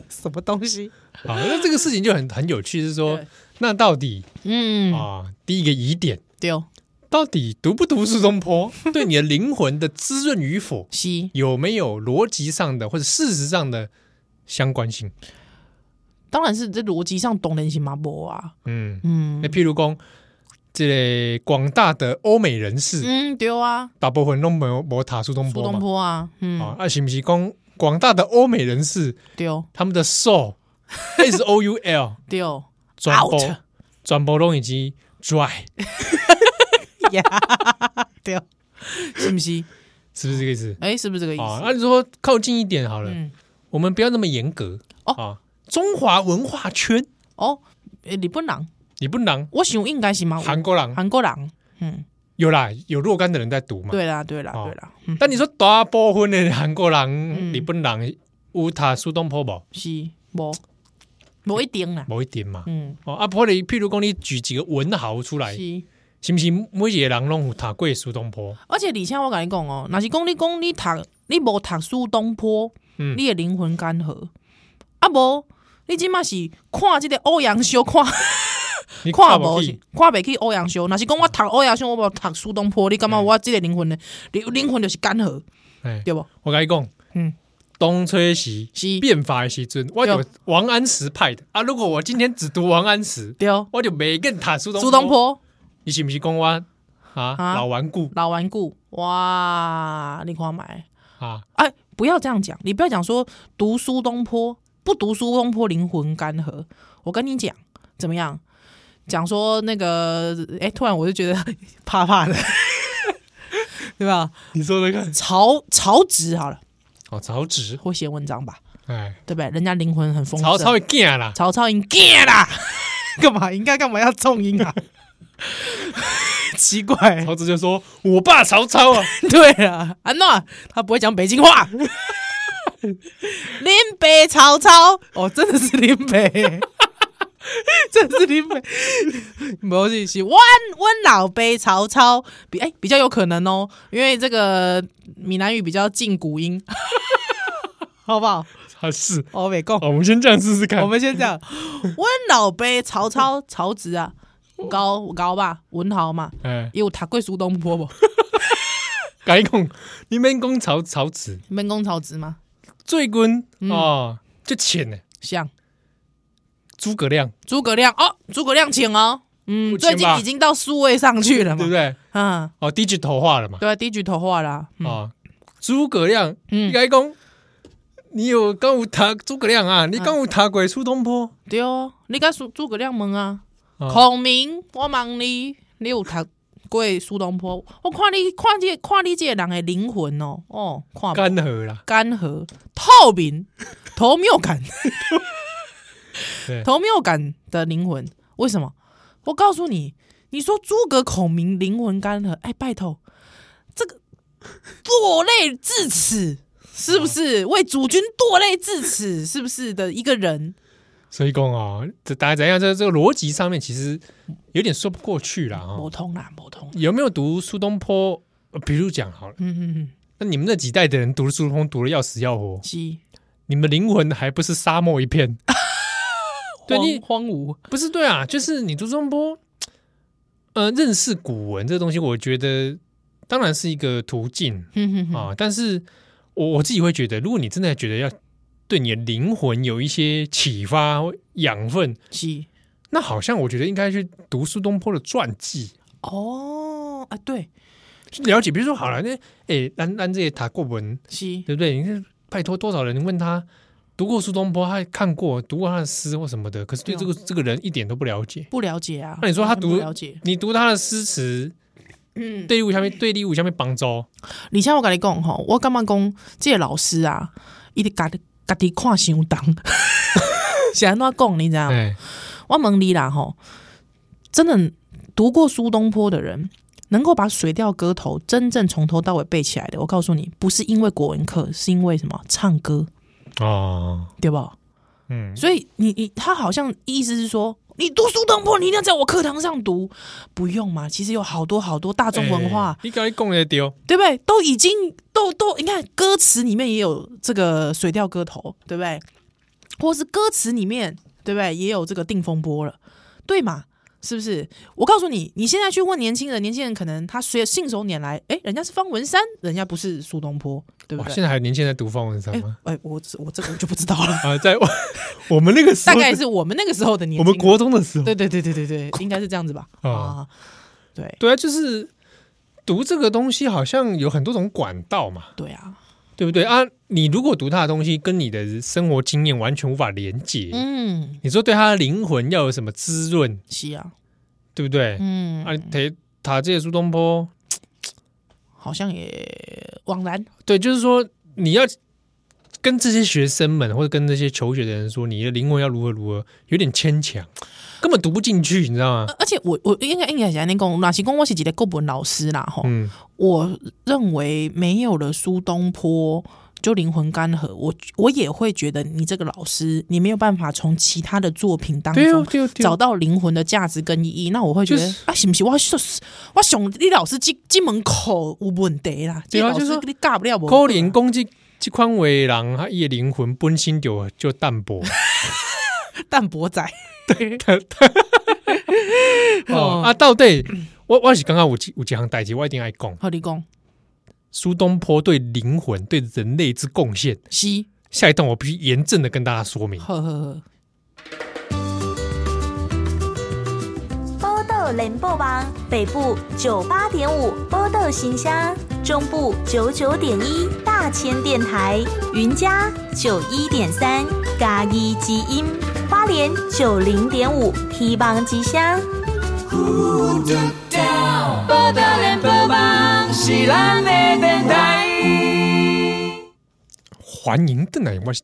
A: 什么东西？
B: 啊，那这个事情就很很有趣，是说
A: 对
B: 那到底
A: 嗯，
B: 啊，第一个疑点，
A: 对哦，
B: 到底读不读苏东坡， (laughs) 对你的灵魂的滋润与否，
A: 西。
B: 有没有逻辑上的或者事实上的相关性？
A: 当然是这逻辑上懂人行吗？不啊，
B: 嗯，
A: 嗯
B: 那譬如讲，这类广大的欧美人士，
A: 嗯，对啊，
B: 大部分都没有没有塔苏东
A: 苏
B: 坡
A: 东
B: 嘛，
A: 坡啊，
B: 啊
A: 嗯，，
B: 啊，是不是讲广大的欧美人士，
A: 对哦，
B: 他们的
A: (laughs)
B: soul S O U L
A: 对哦，
B: 转播
A: Out
B: 转播都已经 dry，
A: 呀，对哦， (laughs) 是不是？
B: 是不是这个意思？
A: 哎，是不是这个意
B: 啊，
A: 思？
B: 那你说靠近一点好了，
A: 嗯，
B: 我们不要那么严格
A: 哦
B: 啊。中华文化圈，
A: 哦，哎日本人，
B: 你不能
A: 我想应该是嘛，
B: 韩国人
A: 哦韩国人，嗯，
B: 有啦，有若干的人在读嘛。。
A: 对啦，对啦，
B: 哦
A: 对啦，嗯，
B: 但你说大部分的韩国人、
A: 嗯
B: 日本人有读苏东坡无？
A: 是无无一定啦。
B: 某一点嘛。
A: 嗯，
B: 哦，啊，或者譬如讲，你举几个文豪出来，
A: 是。
B: 是不是每一个人拢有读过苏东坡？
A: 而且而且我跟你讲哦，若是讲你讲你读你无读苏东坡，
B: 嗯
A: 你的灵魂干涸。啊无，你即马是看即个欧阳修看
B: 你
A: 看
B: 不
A: 无
B: 起
A: 看袂起欧阳修，若是讲我读欧阳修，我无读苏东
B: 嗯
A: 坡，你感觉我即个灵魂呢？灵灵魂就是干涸，
B: 哎，
A: 对无？
B: 我跟你讲，
A: 嗯，
B: 东吹西
A: 是
B: 变法的时阵，我就
A: 对
B: 王安石派的啊。如果我今天只读王安石，
A: 对，
B: 我就没跟读苏东
A: 苏东坡
B: 你是不是讲我啊老顽固
A: 老顽固，哇，你看买。
B: 啊？
A: 哎，不要这样讲，你不要讲说读苏东坡不读苏东坡灵魂干涸。我跟你讲，怎么样？讲说那个，哎，突然我就觉得怕怕的，对吧？
B: 你说的看
A: 曹曹植好了，
B: 哦，曹植，
A: 会写文章吧，
B: 哎，
A: 对不对？人家灵魂很丰盛，
B: 曹操的囝啦，
A: 曹操应该啦，干嘛？应该干嘛要重音啊？奇怪，
B: 曹植就说：“我爸曹操啊， (laughs)
A: (laughs) 对啊，安娜他不会讲北京 (laughs) 话。林北曹操，哦，真的是林北， (laughs) 真的是林北，不是是温温老杯曹操，比哎、比较有可能哦，因为这个闽南语比较近古 (laughs) 音，好不好？
B: 他是。
A: 我没讲”，
B: 哦，我们先这样试试看。
A: 我们先这样，温老杯曹操，曹植啊，高高吧，文豪嘛，
B: 哎，
A: 有读过苏东坡 (laughs) 不？
B: 改讲，你们讲曹曹植
A: 门公曹植吗？
B: 最近
A: 嗯
B: 哦，就浅呢，
A: 像。
B: 诸葛亮
A: 诸葛亮哦，诸葛亮请哦，嗯，
B: 不
A: 最
B: 请
A: 近
B: 吧
A: 已经到数位上去了嘛，
B: 对不对？
A: 嗯，
B: 哦，低级头化了嘛？
A: 对啊，低举头化啦，嗯
B: 啊，诸葛亮，
A: 嗯
B: 你改讲，你有刚有读诸葛亮
A: 嗯
B: 啊？你刚有读过苏东坡？
A: 对哦，你敢诸诸葛亮问啊，
B: 啊
A: 孔明，我问你，你有读过苏东坡？我看你看这看你这个人的灵魂哦，哦，看
B: 干涸啦，
A: 干涸透
B: (laughs)
A: 明头没有感
B: 对，
A: 头没有感的灵魂，为什么？我告诉你，你说诸葛孔明灵魂干涸，哎，拜托，这个堕泪至此，是不是为主君堕泪至此，是不是的一个人？
B: 所以讲啊，这大家怎样？这这个逻辑上面其实有点说不过去啦。
A: 谋
B: 哦。
A: 通啦，谋通，
B: 有没有读苏东坡？呃比如讲好了，
A: 嗯嗯嗯，
B: 那你们那几代的人读苏东坡读的要死要活，
A: 鸡，
B: 你们灵魂还不是沙漠一片？对
A: 荒
B: 你
A: 荒芜，
B: 不是对啊，就是你读苏东坡，呃，认识古文这东西，我觉得当然是一个途径
A: 哼哼哼，
B: 啊，但是我我自己会觉得，如果你真的觉得要对你的灵魂有一些启发、养分，
A: 是
B: 那好像我觉得应该去读苏东坡的传记，
A: 哦啊，对，
B: 去了解。比如说，好了，那哎，咱咱这些塔过文，
A: 是
B: 对不对？你看，拜托多少人问他读过苏东坡，他看过读过他的诗或什么的，可是对这个这个人一点都不了解。
A: 不了解啊。
B: 那你说他
A: 完全
B: 读
A: 不了解？
B: 你读他的诗词，
A: 嗯，
B: 对立物下面对立物下面哦帮周，
A: 而且我跟你讲吼，我感觉讲这个老师啊，伊得家己家己看相当， (laughs) 是安怎讲你知道吗？
B: 哎，
A: 我问你啦吼，真的读过苏东坡的人，能够把《水调歌头》真正从头到尾背起来的，我告诉你，不是因为国文课，是因为什么？唱歌，
B: 哦，
A: 对吧？
B: 嗯，
A: 所以你你他好像意思是说，你读苏东坡，你一定要在我课堂上读，不用嘛？其实有好多好多大众文化，
B: 哎你搞一讲也丢，
A: 对不对？都已经都都，你看歌词里面也有这个《水调歌头》，对不对？或是歌词里面，对不对？也有这个定风波了，对嘛？是不是？我告诉你，你现在去问年轻人，年轻人可能他随信手拈来，哎，人家是方文山，人家不是苏东坡，对不
B: 哇，
A: 对？
B: 现在还有年轻人在读方文山
A: 哎
B: 吗？，
A: 哎，我我这个我就不知道了
B: 啊，在我 (laughs) 我们那个时
A: 哎大
B: 候，
A: 概是我们那个时候的年
B: 我
A: 轻
B: 们
A: 人，
B: 国中的时候，
A: 对对对对对对，应该是这样子吧？
B: 啊
A: 啊，对
B: 对啊，就是读这个东西好像有很多种管道嘛，
A: 对啊，
B: 对不对啊？你如果读他的东西跟你的生活经验完全无法连接，
A: 嗯，
B: 你说对他的灵魂要有什么滋润，
A: 是啊，
B: 对不对？
A: 嗯，
B: 啊，塔塔这苏东坡，
A: 好像也枉然，
B: 对，就是说你要跟这些学生们或者跟这些求学的人说，你的灵魂要如何如何，有点牵强，根本读不进去，你知道吗？
A: 呃而且我我应该应该是安尼讲，若是讲我是一个国文老师啦吼，
B: 嗯，
A: 我认为没有了苏东坡。就灵魂干涸，我我也会觉得你这个老师，你没有办法从其他的作品当
B: 对哦
A: 中，
B: 对哦，对哦
A: 找到灵魂的价值跟意义。那我会觉得、
B: 就是
A: 啊，是不是我就是我想你老师进进门口有问题啦？
B: 对
A: 这
B: 啊
A: 老
B: 就
A: 师
B: 是说
A: 你教不了我。
B: 可能讲这这款话的人，他伊的灵魂本身就就淡
A: (laughs)
B: 薄
A: 淡薄仔，对，
B: 哦啊，到底我我是刚刚有一有一项代志，我一定爱讲。
A: 好你讲
B: 苏东坡对灵魂、对人类之贡献，
A: 是，
B: 下一段我必须严正的跟大家说明。
A: 呵呵呵，
C: 波豆联播网北部九八点五波豆新乡，中部九九点一大千电台，云嘉九一点三咖喱基音，花莲九零点五 T 邦之乡。
D: 报道联播网是咱的电台。
B: 欢迎邓来，我是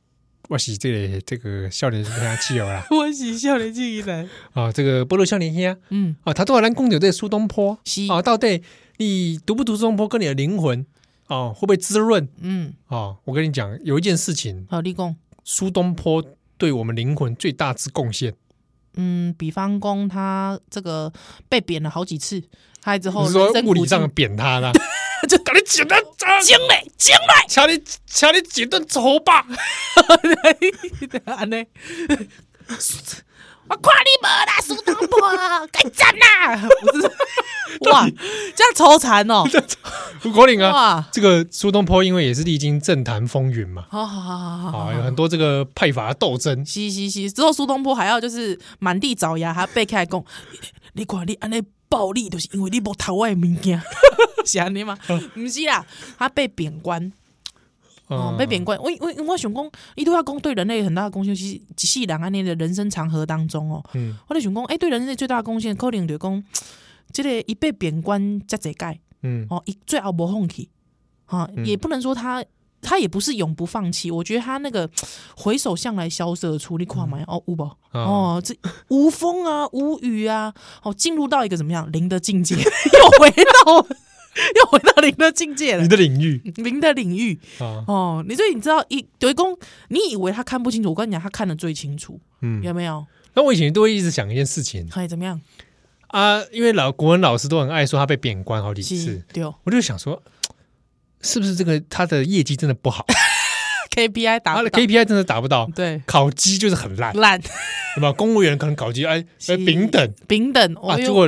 B: 我是这个这个少年兄气友 (laughs) 啦
A: 我是少年纪一人，
B: 啊，这个波罗少年兄
A: 嗯，
B: 啊，他都要咱讲到这个苏东坡
A: 是
B: 啊，到底你读不读苏东坡跟你的灵魂啊会不会滋润
A: 嗯，
B: 啊？我跟你讲，有一件事情，
A: 好，你讲，
B: 苏东坡对我们灵魂最大之贡献，
A: 嗯，比方讲他这个被贬了好几次，他之后
B: 你是说
A: 哦人生
B: 物理
A: 苦
B: 上
A: (laughs) 尽
B: 扁他啦，就赶紧简单 (laughs) 张，
A: 惊嘞惊嘞，
B: 瞧你瞧你几顿头吧，
A: 安内，我看你无啦，苏东坡，该斩
B: (laughs)
A: 啦，不是，哇，这样愁惨哦，
B: 不可能啊！
A: 哇，
B: 这个苏东坡因为也是历经政坛风云嘛，
A: 好好好好好好
B: 啊，有很多这个派阀斗争，
A: 是是是，之后苏东坡还要就是满地找牙，还要背起来讲， (laughs) 你看你安尼暴力，就是因为你无偷我的物件， (laughs) 是安尼吗？
B: 嗯
A: 不是啦，他被贬官，哦、
B: 嗯
A: 被贬官。我我我想讲，伊都要讲对人类很大的贡献，其实一世人安尼的人生长河当中哦，
B: 嗯
A: 我咧想讲，哎、对人类最大的贡献，可能就讲，这个伊被贬官才这届
B: 嗯
A: 哦，伊最后无放弃，哈、
B: 嗯
A: 也不能说他。他也不是永不放弃，我觉得他那个回首向来萧瑟处，你看嘛，哦，有无？
B: 嗯哦，
A: 哦，这无
B: (laughs)
A: 风啊，无雨啊，哦，进入到一个怎么样零的境界， (laughs) 又回到又回到零的境界了
B: 你，的领域
A: 零的领域
B: 啊，
A: 哦。你所以你知道一对公，你以为他看不清楚，我跟你讲，他看的最清楚，
B: 嗯，
A: 有没有？
B: 那我以前都会一直想一件事情
A: 哎，怎么样？
B: 啊，因为老国文老师都很爱说他被贬官好几
A: 是
B: 次，
A: 对哦
B: 我就想说，是不是这个他的业绩真的
A: (laughs)
B: 不好，
A: KPI 达
B: 他
A: 不
B: 的
A: 到，
B: KPI 真的达不到，
A: 对
B: 考绩就是很烂，
A: 烂 (laughs)
B: 对吧？公务员可能考绩哎哎
A: 是
B: 丙等
A: 丙等，
B: 啊，
A: 哦
B: 结
A: 呦，
B: 果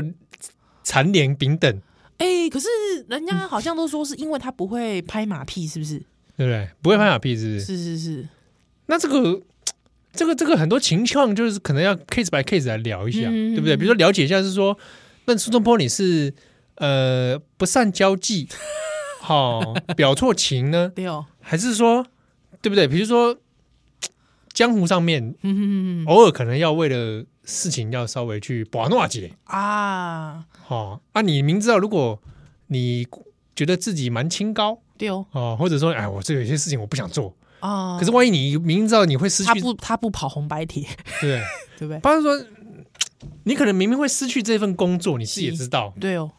B: 蝉联丙等，
A: 哎、可是人家好像都说是因为他不会拍马屁，是不是？
B: 对不对？不会拍马屁是不是？
A: 是是是，
B: 那这个。这个这个很多情况就是可能要 case by case 来聊一下，
A: 嗯
B: 对不对？比如说了解一下，是说那苏东坡你是呃不善交际， (laughs) 好、表错情呢，
A: 对哦，
B: 还是说对不对？比如说江湖上面
A: 嗯哼哼哼
B: 偶尔可能要为了事情要稍微去把诺解，
A: 啊，
B: 哦，啊，你明知道如果你觉得自己蛮清高
A: 对哦
B: 哦，或者说哎，我这有些事情我不想做，
A: 啊，
B: 可是万一你明知道你会失去，
A: 他
B: 对
A: 不他不跑红白帖，
B: 不对，
A: (laughs) 对不对？
B: 包括说你可能明明会失去这份工作，你自己也知道
A: 对哦，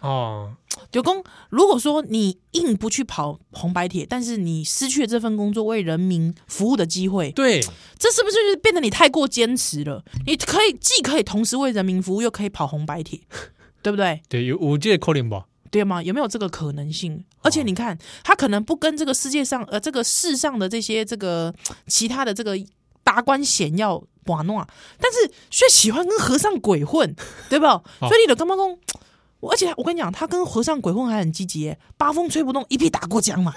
B: 哦，
A: 九公，如果说你硬不去跑红白帖，但是你失去了这份工作为人民服务的机会，
B: 对，
A: 这是不是就是变得你太过坚持了？你可以既可以同时为人民服务，又可以跑红白帖，对不对？
B: 对，有我记得 Colin 吧，
A: 对吗？有没有这个可能性？而且你看，他可能不跟这个世界上呃这个世上的这些这个其他的这个达官显要玩弄，啊但是却喜欢跟和尚鬼混，对吧？所以你的干妈公。我而且我跟你讲，他跟和尚鬼混还很积极耶，八风吹不动，一屁打过江嘛，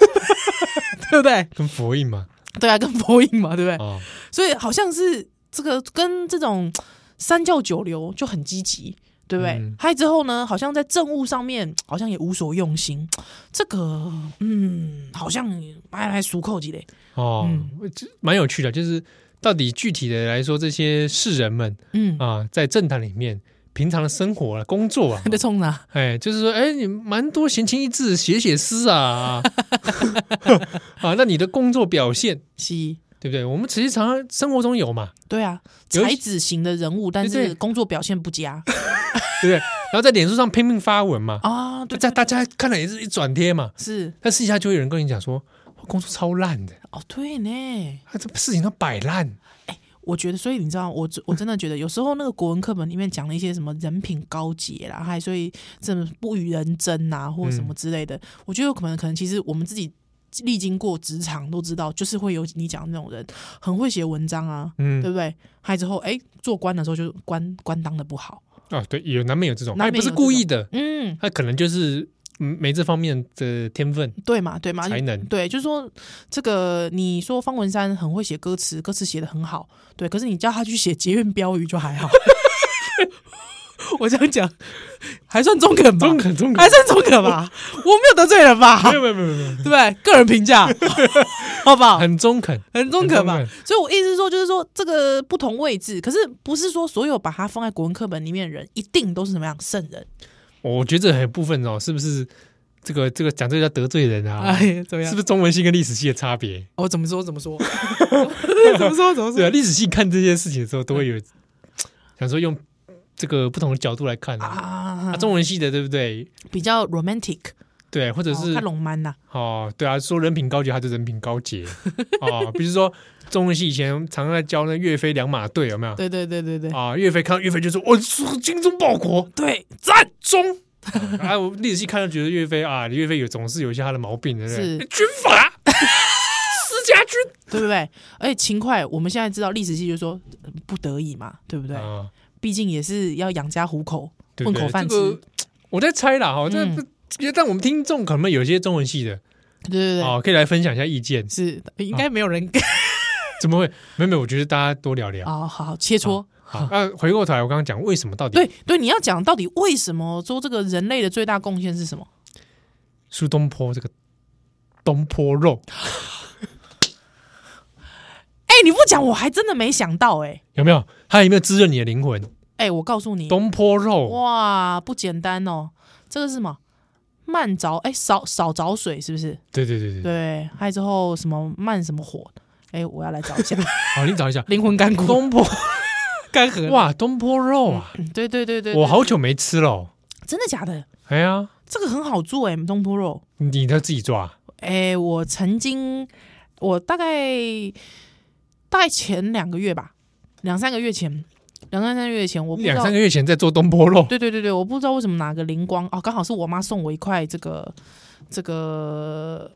A: (laughs) 对不对？
B: 跟佛印嘛，
A: 对啊，跟佛印嘛，对不对？
B: 哦，
A: 所以好像是这个跟这种三教九流就很积极，对不对
B: 嗯？
A: 还、之后呢，好像在政务上面好像也无所用心，这个嗯，好像来来熟扣几嘞，
B: 哦，这蛮有趣的，就是到底具体的来说，这些世人们
A: 嗯，，
B: 啊，在政坛里面平常的生活啊、工作 (laughs) 啊
A: 在冲啥？
B: 哎，就是说，哎，你蛮多闲情逸致，写写诗 (laughs) 啊，啊，那你的工作表现，
A: 是。
B: 对不对？我们其实常常生活中有嘛，
A: 对啊，
B: 有一
A: 才子型的人物，但
B: 对
A: 是
B: 对
A: 工作表现不佳
B: 对不对？然后在脸书上拼命发文嘛，
A: 啊。对，
B: 在大家看了也是一转贴嘛，
A: 是
B: 但私底下就会有人跟你讲说，我工作超烂的，
A: 哦，对呢。
B: 他这事情都摆烂，
A: 我觉得，所以你知道，我我真的觉得，有时候那个国文课本里面讲了一些什么人品高洁啦，还所以这么不与人争呐、或
B: 嗯
A: 什么之类的，我觉得有可能可能其实我们自己历经过职场都知道，就是会有你讲的那种人，很会写文章啊，
B: 嗯
A: 对，不对？还之后，哎，做官的时候就官官当的不好，
B: 啊，对，有难免有这种，他
A: 难
B: 也
A: 免
B: 不是
A: 有这种
B: 故意的，
A: 嗯，
B: 他可能就是嗯没这方面的天分
A: 对嘛，对嘛，
B: 才能，
A: 对，就是说这个，你说方文山很会写歌词，歌词写的很好，对，可是你叫他去写捷运标语就还好。 (laughs) 我这样讲还算中肯吧，
B: 中 (laughs) 肯中肯
A: 还，算中肯吧，我没有得罪人吧，
B: 没
A: 对
B: 有没有没有没有，
A: 不对？个人评价，好不
B: (laughs)
A: 好？
B: 很中肯，
A: 很中肯吧
B: 很中。
A: 所以我意思是说，就是说这个不同位置，可是不是说所有把它放在国文课本里面的人一定都是怎么样圣人？
B: 我觉得这很部分哦，是不是这个这个讲这个叫得罪人啊？
A: (laughs) 哎，嗯怎么样？
B: 是不是中文系跟历史系的差别？
A: 我怎么说？怎
B: (laughs)
A: 么说？怎么说？怎么
B: 对啊，
A: 说？
B: 历史系看这些事情的时候，都会
A: 嗯
B: 有想说用这个不同的角度来看啊。
A: (laughs) 啊
B: 啊，中文系的对不对？
A: 比较 romantic，
B: 对，或者
A: 哦
B: 是
A: 看龙蛮呐，
B: 哦，对啊，说人品高洁，他就人品高洁哦。比如说中文系以前常常在教那岳飞两马队，有没有？
A: (laughs) 对对对对对，
B: 啊，岳飞看到岳飞就说：“我精忠报国，
A: 对，
B: 赞忠。”啊，我历史系看到觉得岳飞啊，岳飞有总是有一些他的毛病，对不对？
A: 是
B: 军
A: (laughs)
B: 阀，私家军
A: 对不对？而且勤快，我们现在知道历史系就说呃不得已嘛，对不对？
B: 啊，
A: 毕竟也是要养家糊口，
B: 对不
A: 混
B: 对
A: 口饭吃，
B: 这个我在猜啦，哈，这
A: 嗯
B: 这但我们听众可能有些中文系的
A: 对对对，
B: 哦，可以来分享一下意见。
A: 是应该没有人
B: 怎么会？没有没有，我觉得大家多聊聊。
A: (laughs) 啊、好好切磋。
B: 好，那回过头来，我刚刚讲为什么到底
A: 对对，你要讲到底为什么说这个人类的最大贡献是什么？
B: 苏东坡这个东坡肉
A: 哎、你不讲我还真的没想到哎、
B: 有没有？它有没有滋润你的灵魂？
A: 哎、我告诉你，
B: 东坡肉
A: 哇，不简单哦，这个是什么？慢着，哎、少少着水是不是？
B: 对对对对对，
A: 对，还有之后什么慢什么火，哎、我要来找一下
B: 好，你找一下
A: 灵魂干枯。 (laughs)
B: 东坡
A: 干涸哇，
B: 哇，东坡肉啊，
A: 对对嗯对对，
B: 我
A: 对
B: 好久没吃了哦。
A: 真的假的？
B: 哎呀，
A: 这个很好做哎、东坡肉。
B: 你要自己抓
A: 哎、我曾经，我大概大概前两个月吧，两三个月前，两三个月前，我不知
B: 两
A: 道
B: 三。个月前在做东坡肉，
A: 对对对对，我不知道为什么哪个灵光哦，刚好是我妈送我一块这个这个，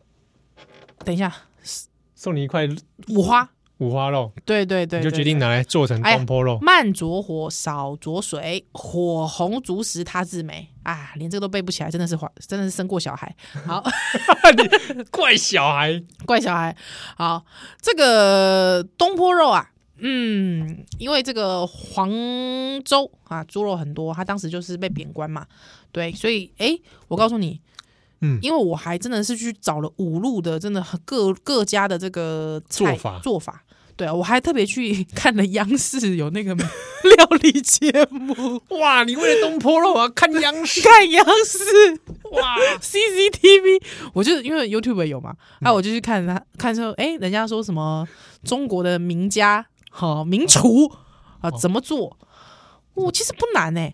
A: 等一下
B: 送你一块
A: 五花
B: 五花肉，
A: 对对对
B: 你就决定
A: 拿
B: 拿来做成
A: 哎呀
B: 东坡肉。
A: 慢着火，少着水，火红竹石它自美啊！连这个都背不起来，真的是怀，真的是生过小孩。好，
B: 你怪小孩，
A: 怪小孩。好，这个东坡肉啊，嗯，因为这个黄州啊，猪肉很多，他当时就是被贬官嘛，对，所以诶，我告诉你，
B: 嗯
A: 因为我还真的是去找了五路的，真的很各各家的这个菜
B: 做法
A: 做法。对啊，我还特别去 (laughs) 看了央视有那个 (laughs) 料理节目，
B: 哇！你为了东坡肉啊，看央
A: (laughs)
B: 视，
A: 看央视
B: 哇！
A: CCTV，我就因为 YouTube 有嘛，啊，我就去看他看说，哎、人家说什么中国的名家，好、名厨啊，怎么做？我、其实不难哎、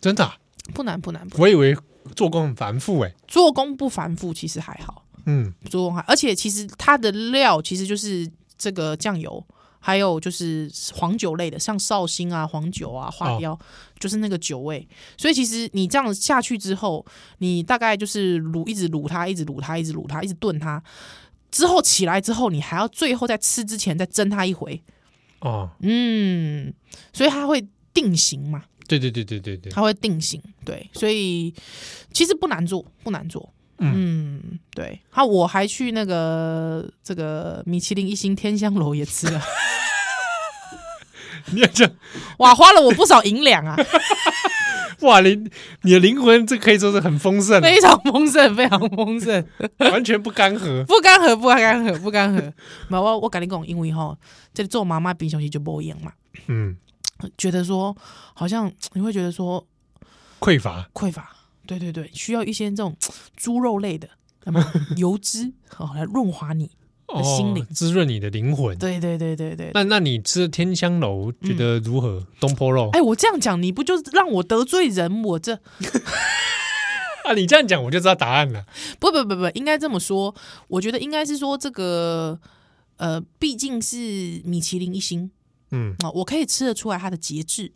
B: 真的啊、
A: 不难不难不难，
B: 我以为做工很繁复哎。
A: 做工不繁复，其实还好，
B: 嗯，
A: 做工还，而且其实它的料其实就是这个酱油。还有就是黄酒类的，像绍兴啊、黄酒啊、花雕，就是那个酒味。所以其实你这样下去之后，你大概就是卤，一直卤它，一直卤它，一直卤它，一直炖它。之后起来之后，你还要最后在吃之前再蒸它一回，
B: 哦，
A: 嗯，所以它会定型嘛，
B: 对对对对对
A: (laughs)
B: 对，
A: 它会定型，对，所以其实不难做，不难做，嗯对。好，我还去那个这个米其林一星天香楼也吃了， (laughs)
B: 你看这，
A: 哇，花了我不少银两啊，
B: 哇，你你的灵魂这可以说是很丰盛啊，
A: 非常丰盛，非常丰盛。
B: 完全不干涸。
A: 不干涸，不干涸，不干涸。那我我跟你讲，因为吼，这里做妈妈平常时就不一样嘛，
B: 嗯，
A: 觉得说好像你会觉得说
B: 匮乏。
A: 匮乏，对对对，需要一些这种猪肉类的，那么油脂 (laughs) 好来润滑你。
B: 哦
A: 心灵
B: 滋润你的灵魂。
A: 对嗯对对对对。
B: 那那你吃天香楼觉得如何？东坡肉？ (laughs)
A: 哎，我这样讲，你不就是让我得罪人？我这
B: 啊，你这样讲我就知道答案了。
A: 不不不不，应该这么说。我觉得应该是说这个，呃，毕竟是米其林一星
B: 嗯
A: 啊、我可以吃得出来它的节制。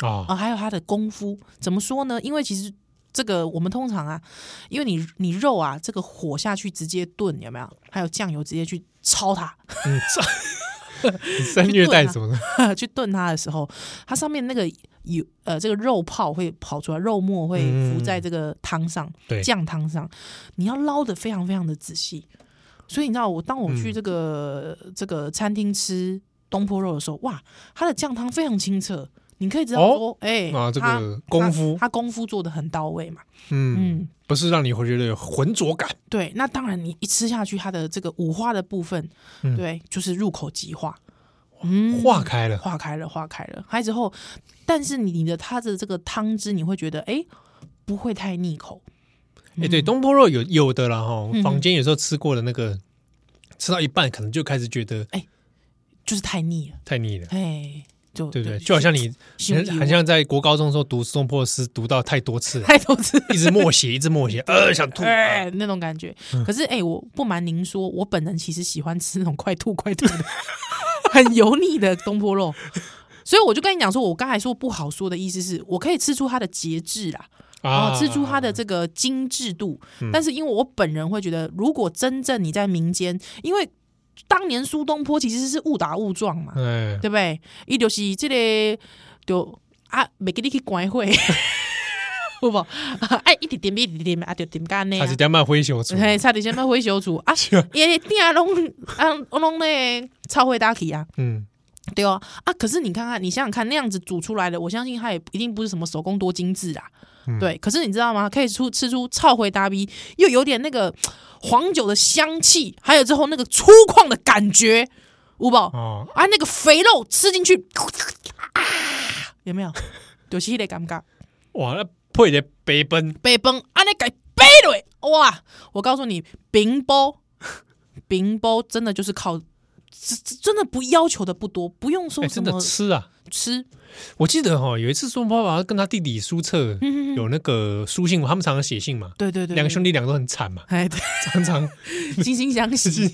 B: 啊
A: 啊、还有它的功夫怎么说呢？因为其实这个我们通常啊，因为你你肉啊，这个火下去直接炖有没有？还有酱油直接去焯它，
B: 嗯，你在虐待什么呢？
A: (laughs) 去炖它的时候，它上面那个油呃这个肉泡会跑出来，肉末会浮在这个汤上，
B: 嗯对
A: 酱汤上，你要捞的非常非常的仔细。所以你知道我当我
B: 嗯
A: 去这个、这个餐厅吃东坡肉的时候，哇，它的酱汤非常清澈。你可以知道
B: 哦
A: 说，哎、
B: 啊这
A: 它
B: 个功夫
A: 他，他功夫做的很到位嘛。
B: 嗯，
A: 嗯，
B: 不是让你会觉得有浑浊感。
A: 对。那当然，你一吃下去，它的这个五花的部分，
B: 嗯
A: 对，就是入口即化，嗯，
B: 化开了，
A: 化开了，化开了。还之后，但是你的它的这个汤汁，你会觉得哎、不会太腻口。
B: 哎、对，东坡肉有有的啦哈
A: 嗯，
B: 坊间有时候吃过的那个，吃到一半可能就开始觉得
A: 就是太腻了，
B: 太腻了，
A: 哎、就
B: 对不对？就好像你
A: 心意
B: 很像在国高中的时候读东坡诗读到太多次了，
A: 太多次。
B: 一直默写，一直默写，呃，想 (laughs) 吐。嗯
A: 哎、那种感觉。可是哎、我不瞒您说，我本人其实喜欢吃那种快吐快吐的、 (laughs) 很油腻的东坡肉，所以我就跟你讲说，我刚才说不好说的意思是我可以吃出它的节制啦，啊、嗯吃出它的这个精致度。但是因为我本人会觉得，如果真正你在民间，因为当年苏东坡其实是误打误撞嘛，
B: 哎，
A: 对不对？伊就是这个就啊，每给你去关会。 (laughs) 有无？ (laughs) 哎、一直点，一直点，啊，就点干呢。
B: 他是点嘛灰熊出，
A: 嘿，差点先要回小组 (laughs) 啊，也店拢啊拢咧超会打起啊，
B: 嗯，
A: 对哦啊，可是你看看，你想想看，那样子煮出来的，我相信它也一定不是什么手工多精致啦。
B: 嗯
A: 对，可是你知道吗？可以出吃出超回打比，又有点那个黄酒的香气，还有之后那个粗犷的感觉，五宝、
B: 哦，
A: 啊，那个肥肉吃进去，啊有没有？就是迄个感觉。
B: 哇，那配的白奔
A: 白崩，安尼给背落，哇！我告诉你，冰包，冰包真的就是靠，真真的不要求的不多，不用说
B: 哎，
A: 什
B: 真
A: 么
B: 的吃啊！
A: 吃，
B: 我记得哦哈，有一次宋爸爸跟他弟弟苏澈
A: (laughs)
B: 有那个书信，他们常常写信嘛，
A: 对嗯对对，
B: 两个兄
A: 弟，
B: 弟两个都很惨嘛， (laughs)
A: 哎，对，
B: 常常
A: 惺惺相惜。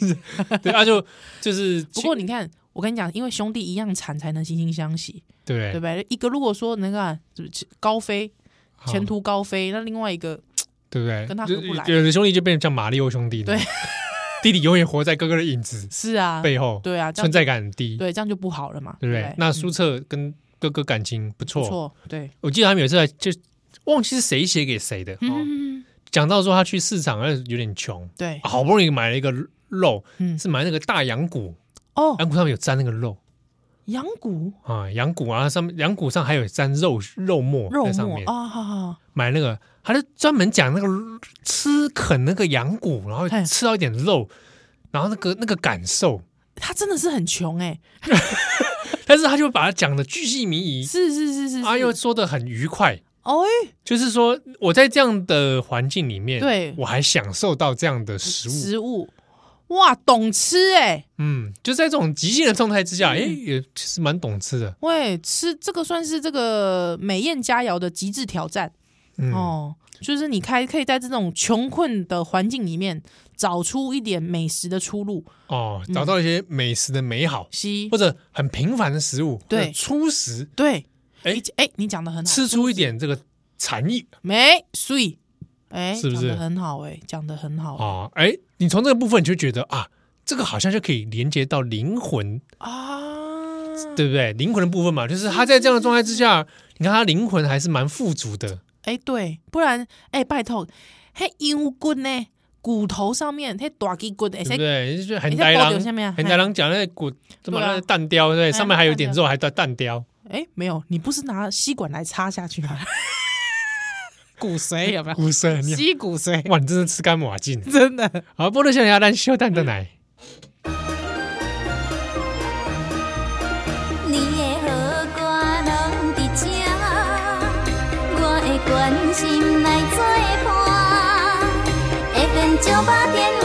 B: 对啊，就就是
A: 不过你看，我跟你讲，因为兄弟一样惨，才能惺惺相惜，
B: 对
A: 对
B: 不
A: 不
B: 对？
A: 对？一个如果说那个啊高飞，前途高飞，那另外一个
B: 对不对？
A: 跟他合不来
B: 就有的兄弟就变成像马里奥兄弟，
A: 对，
B: (laughs) 弟弟永远活在哥哥的影子
A: 是啊，
B: 背后，
A: 对啊，这样
B: 存在感很低，
A: 对，这样就不好了嘛，
B: 对不对？那苏哦澈跟哥哥感情不
A: 不
B: 错，
A: 错，对，
B: 我记得他们有一次还就忘记是谁写给谁的，哦
A: 嗯，
B: 讲到说他去市场，那有点穷，
A: 对，
B: 好不容易买了一个肉，
A: 嗯，
B: 是买那个大羊骨，
A: 哦，
B: 羊骨上面有沾那个肉
A: 羊骨
B: 啊，羊骨啊上面羊骨上还有沾肉肉末
A: 肉
B: 在上
A: 末
B: 面，
A: 啊，好好，
B: 买那个，他就专门讲那个吃啃那个羊骨，然后
A: 嘿
B: 吃到一点肉，然后那个那个感受，
A: 他真的是很穷哎，
B: 但是他就把它讲的巨细靡遗，
A: 是是是是，
B: 啊又
A: 是，
B: 说的很愉快，
A: 哦，哎
B: 就是说我在这样的环境里面，
A: 对
B: 我还享受到这样的食物，
A: 食物，哇，懂吃哎，
B: 嗯，就在这种极限的状态之
A: 嗯
B: 下，哎、也其实蛮懂吃的，
A: 喂，吃这个算是这个美艳佳肴的极致挑战
B: 嗯，
A: 哦。就是你开可以在这种穷困的环境里面找出一点美食的出路，
B: 哦，
A: 嗯
B: 找到一些美食的美好，
A: 西
B: 或者很平凡的食物，
A: 对
B: 或者粗食，
A: 对，
B: 哎
A: 哎哎，你讲的很好，
B: 吃出一点这个禅意
A: 没碎，哎，
B: 是不是
A: 讲得很好哎，讲的很好
B: 啊，哎、你从这个部分你就觉得啊，这个好像就可以连接到灵魂，
A: 啊，
B: 对不对？灵魂的部分嘛，就是他在这样的状态之
A: 嗯
B: 下，你看他灵魂还是蛮富足的，
A: 哎对，不然哎拜托，嘿腰骨呢，骨头上面嘿大肌骨哎
B: 对不，对？就是很
A: 你
B: 呆
A: 在保
B: 狼
A: 留下面啊，
B: 很呆狼讲那骨什么
A: 对啊
B: 那蛋雕，对不对，上面还有一点
A: 蛋
B: 肉，还带蛋
A: (laughs)
B: 雕，
A: 哎没有，你不是拿吸管来插下去吗？骨髓有没
B: (laughs)
A: 有？
B: 骨髓很厉害
A: 吸骨髓， (laughs)
B: 哇，你真是吃干抹净。
A: 真的
B: 好，波多小鸭蛋修蛋的奶，
E: 你的好歌拢伫这，我的关心来作伴。下边酒吧天有